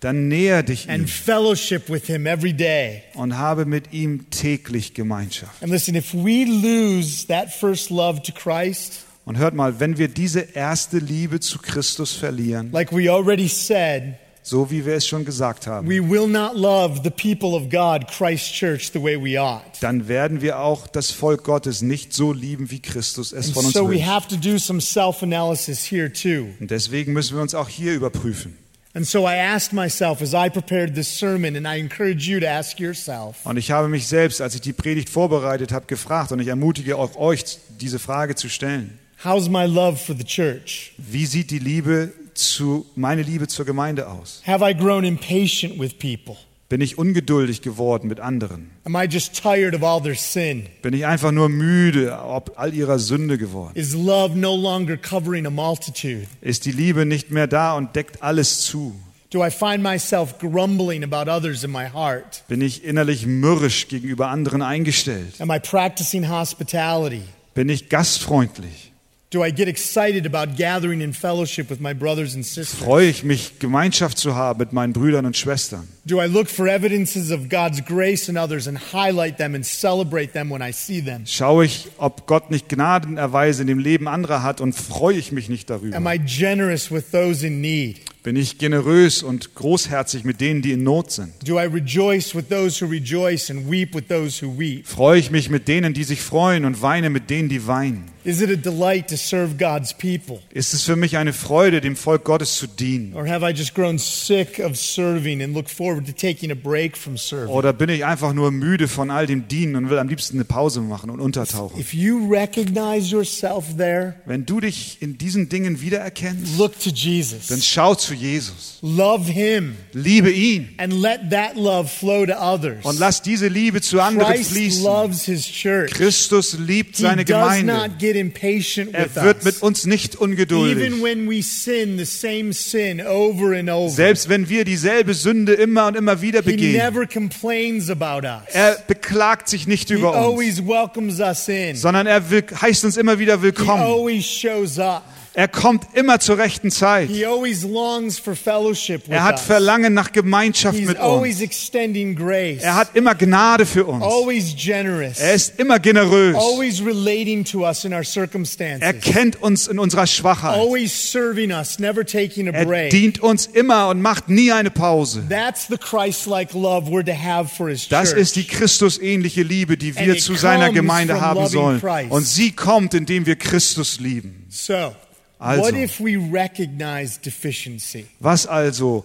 Speaker 2: dann näher dich
Speaker 1: and
Speaker 2: ihm
Speaker 1: fellowship with him every day.
Speaker 2: und habe mit ihm täglich Gemeinschaft.
Speaker 1: And listen, if we lose that first love to Christ,
Speaker 2: Und hört mal, wenn wir diese erste Liebe zu Christus verlieren,
Speaker 1: like we already said,
Speaker 2: so wie wir es schon gesagt haben,
Speaker 1: we will not love the people of God, Christ Church, the way we ought.
Speaker 2: dann werden wir auch das Volk Gottes nicht so lieben, wie Christus es
Speaker 1: And
Speaker 2: von uns
Speaker 1: so we
Speaker 2: will.
Speaker 1: have to do some self analysis here too.
Speaker 2: Und deswegen müssen wir uns auch hier überprüfen.
Speaker 1: And so I asked myself as I prepared this sermon, and I encourage you to ask yourself
Speaker 2: Und ich habe mich selbst, als ich die Predigt vorbereitet habe, gefragt und ich ermutige auch euch, diese Frage zu stellen.
Speaker 1: how's my love for the church?
Speaker 2: Wie sieht die Liebe zu, meine Liebe zur Gemeinde aus?
Speaker 1: Have I grown impatient with people?
Speaker 2: Bin ich ungeduldig geworden mit anderen?
Speaker 1: Am I just tired of all their sin?
Speaker 2: Bin ich einfach nur müde, ob all ihrer Sünde geworden?
Speaker 1: Is love no longer covering a multitude?
Speaker 2: Ist die Liebe nicht mehr da und deckt alles zu?
Speaker 1: Do I find myself grumbling about others in my heart?
Speaker 2: Bin ich innerlich mürrisch gegenüber anderen eingestellt?
Speaker 1: Am I practicing hospitality?
Speaker 2: Bin ich gastfreundlich?
Speaker 1: Do I get excited about gathering in fellowship with my brothers and sisters?
Speaker 2: Freue ich mich, Gemeinschaft zu haben mit meinen Brüdern und Schwestern?
Speaker 1: Do I look for evidences of God's grace in others and highlight them and celebrate them when I see them?
Speaker 2: Schaue ich, ob Gott nicht Gnadenerweise in dem Leben anderer hat und freue ich mich nicht
Speaker 1: Am
Speaker 2: darüber?
Speaker 1: I generous with those in need?
Speaker 2: Bin ich generös und großherzig mit denen, die in Not sind?
Speaker 1: Do I rejoice with those who rejoice and weep with those who weep?
Speaker 2: Freue ich mich mit denen, die sich freuen und weine mit denen, die weinen?
Speaker 1: Is it a delight to serve God's people?
Speaker 2: Ist es für mich eine Freude, dem Volk Gottes zu dienen?
Speaker 1: Or have I just grown sick of serving and look forward to taking a break from serving?
Speaker 2: Oder bin ich einfach nur müde von all dem Dienen und will am liebsten eine Pause machen und untertauchen?
Speaker 1: If you recognize yourself there,
Speaker 2: Wenn du dich in diesen Dingen wiedererkennst,
Speaker 1: look to
Speaker 2: dann
Speaker 1: Jesus.
Speaker 2: schau zu Jesus.
Speaker 1: Love him
Speaker 2: Liebe ihn
Speaker 1: and let that love flow to others.
Speaker 2: und lass diese Liebe zu anderen
Speaker 1: Christ
Speaker 2: fließen.
Speaker 1: loves his church.
Speaker 2: Christus liebt
Speaker 1: He
Speaker 2: seine
Speaker 1: does
Speaker 2: Gemeinde.
Speaker 1: not get impatient
Speaker 2: Er
Speaker 1: with
Speaker 2: wird mit
Speaker 1: us.
Speaker 2: uns nicht
Speaker 1: Even
Speaker 2: ungeduldig.
Speaker 1: when we sin the same sin over and over,
Speaker 2: Selbst wenn wir dieselbe Sünde immer und immer wieder
Speaker 1: he
Speaker 2: begehen,
Speaker 1: never complains about us.
Speaker 2: er beklagt sich nicht
Speaker 1: He
Speaker 2: über uns,
Speaker 1: always welcomes us in.
Speaker 2: sondern er will, heißt uns immer wieder
Speaker 1: He
Speaker 2: willkommen.
Speaker 1: always shows up.
Speaker 2: Er kommt immer zur rechten Zeit.
Speaker 1: He always longs for fellowship with
Speaker 2: Er hat
Speaker 1: us.
Speaker 2: Verlangen nach Gemeinschaft
Speaker 1: He's
Speaker 2: mit uns.
Speaker 1: always extending grace.
Speaker 2: Er hat immer Gnade für uns.
Speaker 1: always generous.
Speaker 2: Er ist immer generös.
Speaker 1: always relating to us in our
Speaker 2: Er
Speaker 1: circumstances.
Speaker 2: kennt uns in unserer Schwachheit.
Speaker 1: always serving us, never taking a
Speaker 2: Er
Speaker 1: break.
Speaker 2: dient uns immer und macht nie eine Pause.
Speaker 1: That's the Christ-like love we're to have for his
Speaker 2: Das
Speaker 1: church.
Speaker 2: ist die Christusähnliche Liebe, die
Speaker 1: And
Speaker 2: wir
Speaker 1: it
Speaker 2: zu seiner
Speaker 1: comes
Speaker 2: Gemeinde
Speaker 1: from
Speaker 2: haben
Speaker 1: loving
Speaker 2: sollen.
Speaker 1: Christ.
Speaker 2: Und sie kommt, indem wir Christus lieben.
Speaker 1: so,
Speaker 2: Also.
Speaker 1: what if we recognize deficiency?
Speaker 2: Was also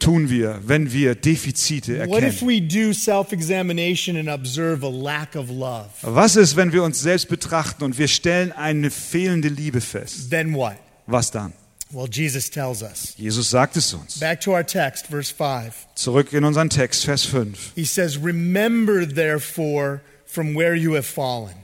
Speaker 2: tun wir, wenn wir Defizite
Speaker 1: What if
Speaker 2: erkennen?
Speaker 1: we do self-examination and observe a lack of love?
Speaker 2: Was ist, wenn wir uns selbst betrachten und wir stellen eine fehlende Liebe fest?
Speaker 1: Then what?
Speaker 2: Was dann?
Speaker 1: Well, Jesus tells us.
Speaker 2: Jesus sagt es uns.
Speaker 1: Back to our text, verse 5.
Speaker 2: Zurück in unseren Text, Vers 5.
Speaker 1: He says, Remember, therefore, from where you have fallen.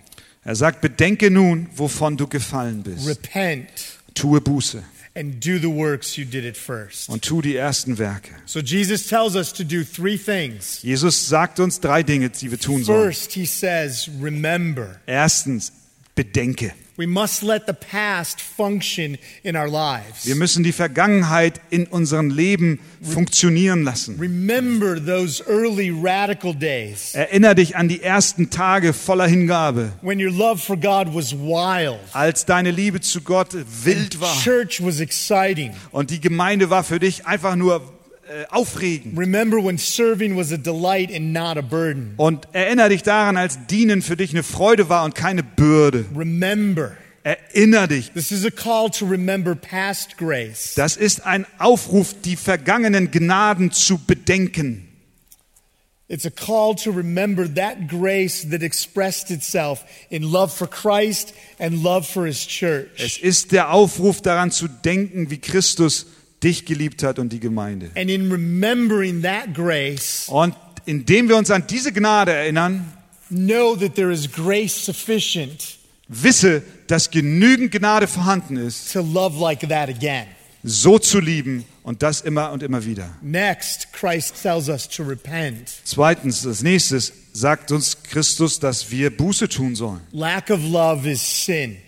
Speaker 2: Er sagt, bedenke nun, wovon du gefallen bist.
Speaker 1: Repent
Speaker 2: Tue Buße
Speaker 1: and do the works you did at first.
Speaker 2: und tu die ersten Werke.
Speaker 1: So Jesus tells us to do three things.
Speaker 2: Jesus sagt uns drei Dinge, die wir tun sollen.
Speaker 1: First, he says, Remember.
Speaker 2: Erstens, bedenke.
Speaker 1: We must let the past function in our lives.
Speaker 2: Wir müssen die Vergangenheit in unserem Leben funktionieren lassen.
Speaker 1: Remember those early radical days
Speaker 2: Erinnere dich an die ersten Tage voller Hingabe,
Speaker 1: when your love for God was wild,
Speaker 2: als deine Liebe zu Gott wild war
Speaker 1: church was exciting.
Speaker 2: und die Gemeinde war für dich einfach nur äh, aufregend.
Speaker 1: Remember when serving was a delight and not a burden.
Speaker 2: Und erinnere dich daran, als Dienen für dich eine Freude war und keine Bürde.
Speaker 1: Remember.
Speaker 2: Erinnere dich.
Speaker 1: This is a call to remember past grace.
Speaker 2: Das ist ein Aufruf, die vergangenen Gnaden zu bedenken.
Speaker 1: It's a call to remember that grace that expressed itself in love for Christ and love for his
Speaker 2: Es
Speaker 1: church.
Speaker 2: ist der Aufruf daran zu denken, wie Christus dich geliebt hat und die Gemeinde.
Speaker 1: And in remembering that grace,
Speaker 2: Und indem wir uns an diese Gnade erinnern,
Speaker 1: know that there is grace sufficient
Speaker 2: wisse, dass genügend Gnade vorhanden ist,
Speaker 1: to love like that again.
Speaker 2: so zu lieben und das immer und immer wieder.
Speaker 1: Next, Christ tells us to repent.
Speaker 2: Zweitens, als nächstes sagt uns Christus, dass wir Buße tun sollen.
Speaker 1: Lack of love is sin.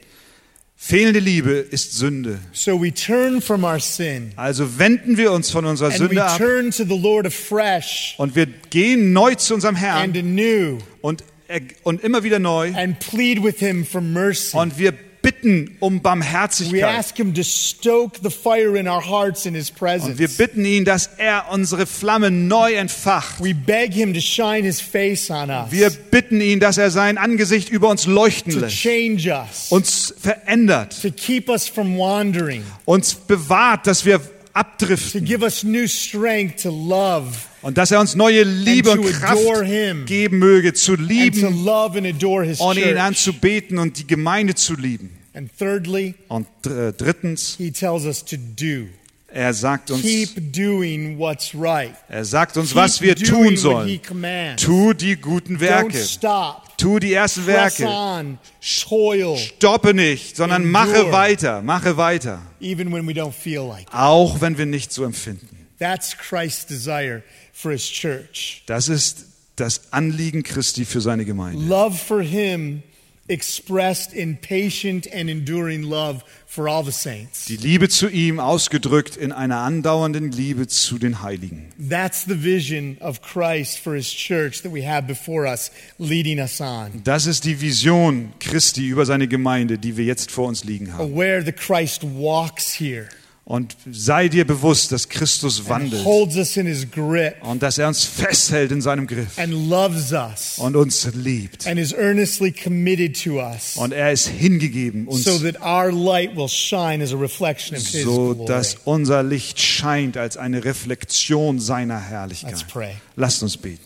Speaker 2: Fehlende Liebe ist Sünde.
Speaker 1: So we turn from our sin
Speaker 2: Also wenden wir uns von unserer
Speaker 1: and we
Speaker 2: Sünde ab
Speaker 1: turn to the Lord afresh
Speaker 2: und wir gehen neu zu unserem Herrn
Speaker 1: and anew
Speaker 2: und, er- und immer wieder neu
Speaker 1: and plead with him for mercy.
Speaker 2: und wir bitten um
Speaker 1: We
Speaker 2: Barmherzigkeit.
Speaker 1: ask him to stoke the fire in our hearts in his
Speaker 2: Und wir
Speaker 1: presence.
Speaker 2: bitten ihn, dass er unsere Flamme neu entfacht.
Speaker 1: We beg him to shine his face on us,
Speaker 2: Wir bitten ihn, dass er sein Angesicht über uns leuchten
Speaker 1: to
Speaker 2: lässt,
Speaker 1: change us,
Speaker 2: uns verändert,
Speaker 1: to keep us from wandering,
Speaker 2: uns bewahrt, dass wir
Speaker 1: to
Speaker 2: abdriften
Speaker 1: give us new strength to love
Speaker 2: und dass er uns neue Liebe
Speaker 1: And
Speaker 2: und
Speaker 1: to
Speaker 2: Kraft
Speaker 1: adore him.
Speaker 2: geben möge, zu
Speaker 1: and to
Speaker 2: lieben
Speaker 1: love and adore his
Speaker 2: und ihn
Speaker 1: church.
Speaker 2: anzubeten und die Gemeinde zu lieben.
Speaker 1: And thirdly,
Speaker 2: Und dr- äh, drittens,
Speaker 1: he tells us to do.
Speaker 2: er sagt uns,
Speaker 1: Keep doing what's right.
Speaker 2: er sagt uns,
Speaker 1: Keep
Speaker 2: was wir
Speaker 1: doing
Speaker 2: tun
Speaker 1: What he
Speaker 2: sollen.
Speaker 1: commands.
Speaker 2: Tu die guten
Speaker 1: Don't
Speaker 2: Werke,
Speaker 1: stop.
Speaker 2: tu die ersten
Speaker 1: Press
Speaker 2: Werke.
Speaker 1: on. Toil
Speaker 2: Stoppe nicht, sondern mache
Speaker 1: Endure.
Speaker 2: weiter, mache weiter,
Speaker 1: even when we don't feel like it.
Speaker 2: auch wenn wir nicht so empfinden.
Speaker 1: That's Christ's desire for his church.
Speaker 2: Das ist das Anliegen Christi für seine Gemeinde.
Speaker 1: Love for him expressed in patient and enduring love for all the saints.
Speaker 2: Die Liebe zu ihm ausgedrückt in einer andauernden Liebe zu den Heiligen.
Speaker 1: That's the vision of Christ for his church that we have before us, leading us on.
Speaker 2: Das ist die Vision Christi über seine Gemeinde, die wir jetzt vor uns liegen haben.
Speaker 1: Aware that Christ walks here,
Speaker 2: Und sei dir bewusst, dass Christus
Speaker 1: and
Speaker 2: wandelt
Speaker 1: holds us in his grip,
Speaker 2: und dass er uns festhält in seinem Griff
Speaker 1: and loves us,
Speaker 2: und uns liebt.
Speaker 1: and is earnestly committed to us,
Speaker 2: Und er ist hingegeben
Speaker 1: so
Speaker 2: uns,
Speaker 1: that our light will shine as a reflection of his
Speaker 2: so
Speaker 1: glory.
Speaker 2: dass unser Licht scheint als eine Reflexion seiner
Speaker 1: Let's
Speaker 2: Herrlichkeit.
Speaker 1: pray.
Speaker 2: Lasst uns beten.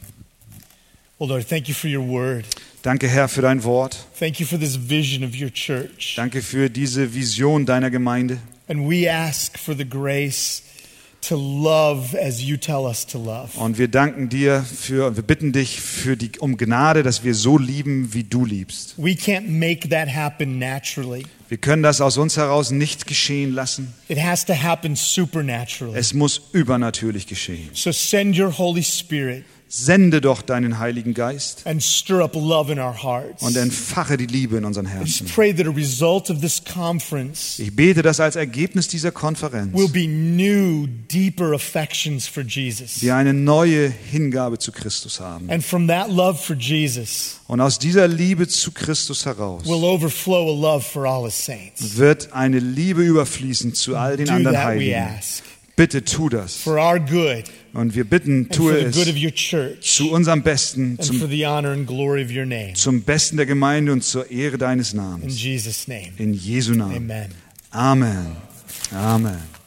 Speaker 1: Well, Lord, thank you for your word.
Speaker 2: Danke, Herr, für dein Wort.
Speaker 1: Thank you for this vision of your church.
Speaker 2: Danke für diese Vision deiner Gemeinde.
Speaker 1: And we ask for the grace to love as you tell us to love.
Speaker 2: Und wir danken dir für, und wir bitten dich für die, um Gnade, dass wir so lieben, wie du liebst.
Speaker 1: We can't make that happen naturally,
Speaker 2: Wir können das aus uns heraus nicht geschehen lassen.
Speaker 1: it has to happen supernaturally.
Speaker 2: Es muss übernatürlich geschehen.
Speaker 1: So send your Holy Spirit
Speaker 2: Sende doch deinen Heiligen Geist
Speaker 1: and stir up love in our hearts.
Speaker 2: und entfache die Liebe in unseren
Speaker 1: Just
Speaker 2: Herzen.
Speaker 1: pray that a result of this conference
Speaker 2: Ich bete, dass als Ergebnis dieser Konferenz
Speaker 1: will be new, deeper affections for Jesus.
Speaker 2: wir eine neue Hingabe zu Christus haben.
Speaker 1: And from that love for Jesus
Speaker 2: Und aus dieser Liebe zu Christus heraus
Speaker 1: will overflow a love for all his saints.
Speaker 2: wird eine Liebe überfließen zu all den
Speaker 1: Do
Speaker 2: anderen
Speaker 1: that, we
Speaker 2: Heiligen.
Speaker 1: ask.
Speaker 2: Bitte tu das.
Speaker 1: For our good
Speaker 2: Und wir bitten,
Speaker 1: and for
Speaker 2: tue
Speaker 1: the good
Speaker 2: es
Speaker 1: of your church.
Speaker 2: zu unserem Besten,
Speaker 1: and for
Speaker 2: zum,
Speaker 1: the honor and glory of your name.
Speaker 2: zum Besten der Gemeinde und zur Ehre deines
Speaker 1: In
Speaker 2: Namens.
Speaker 1: Jesus' name,
Speaker 2: In Jesu Namen.
Speaker 1: amen.
Speaker 2: Amen. Amen.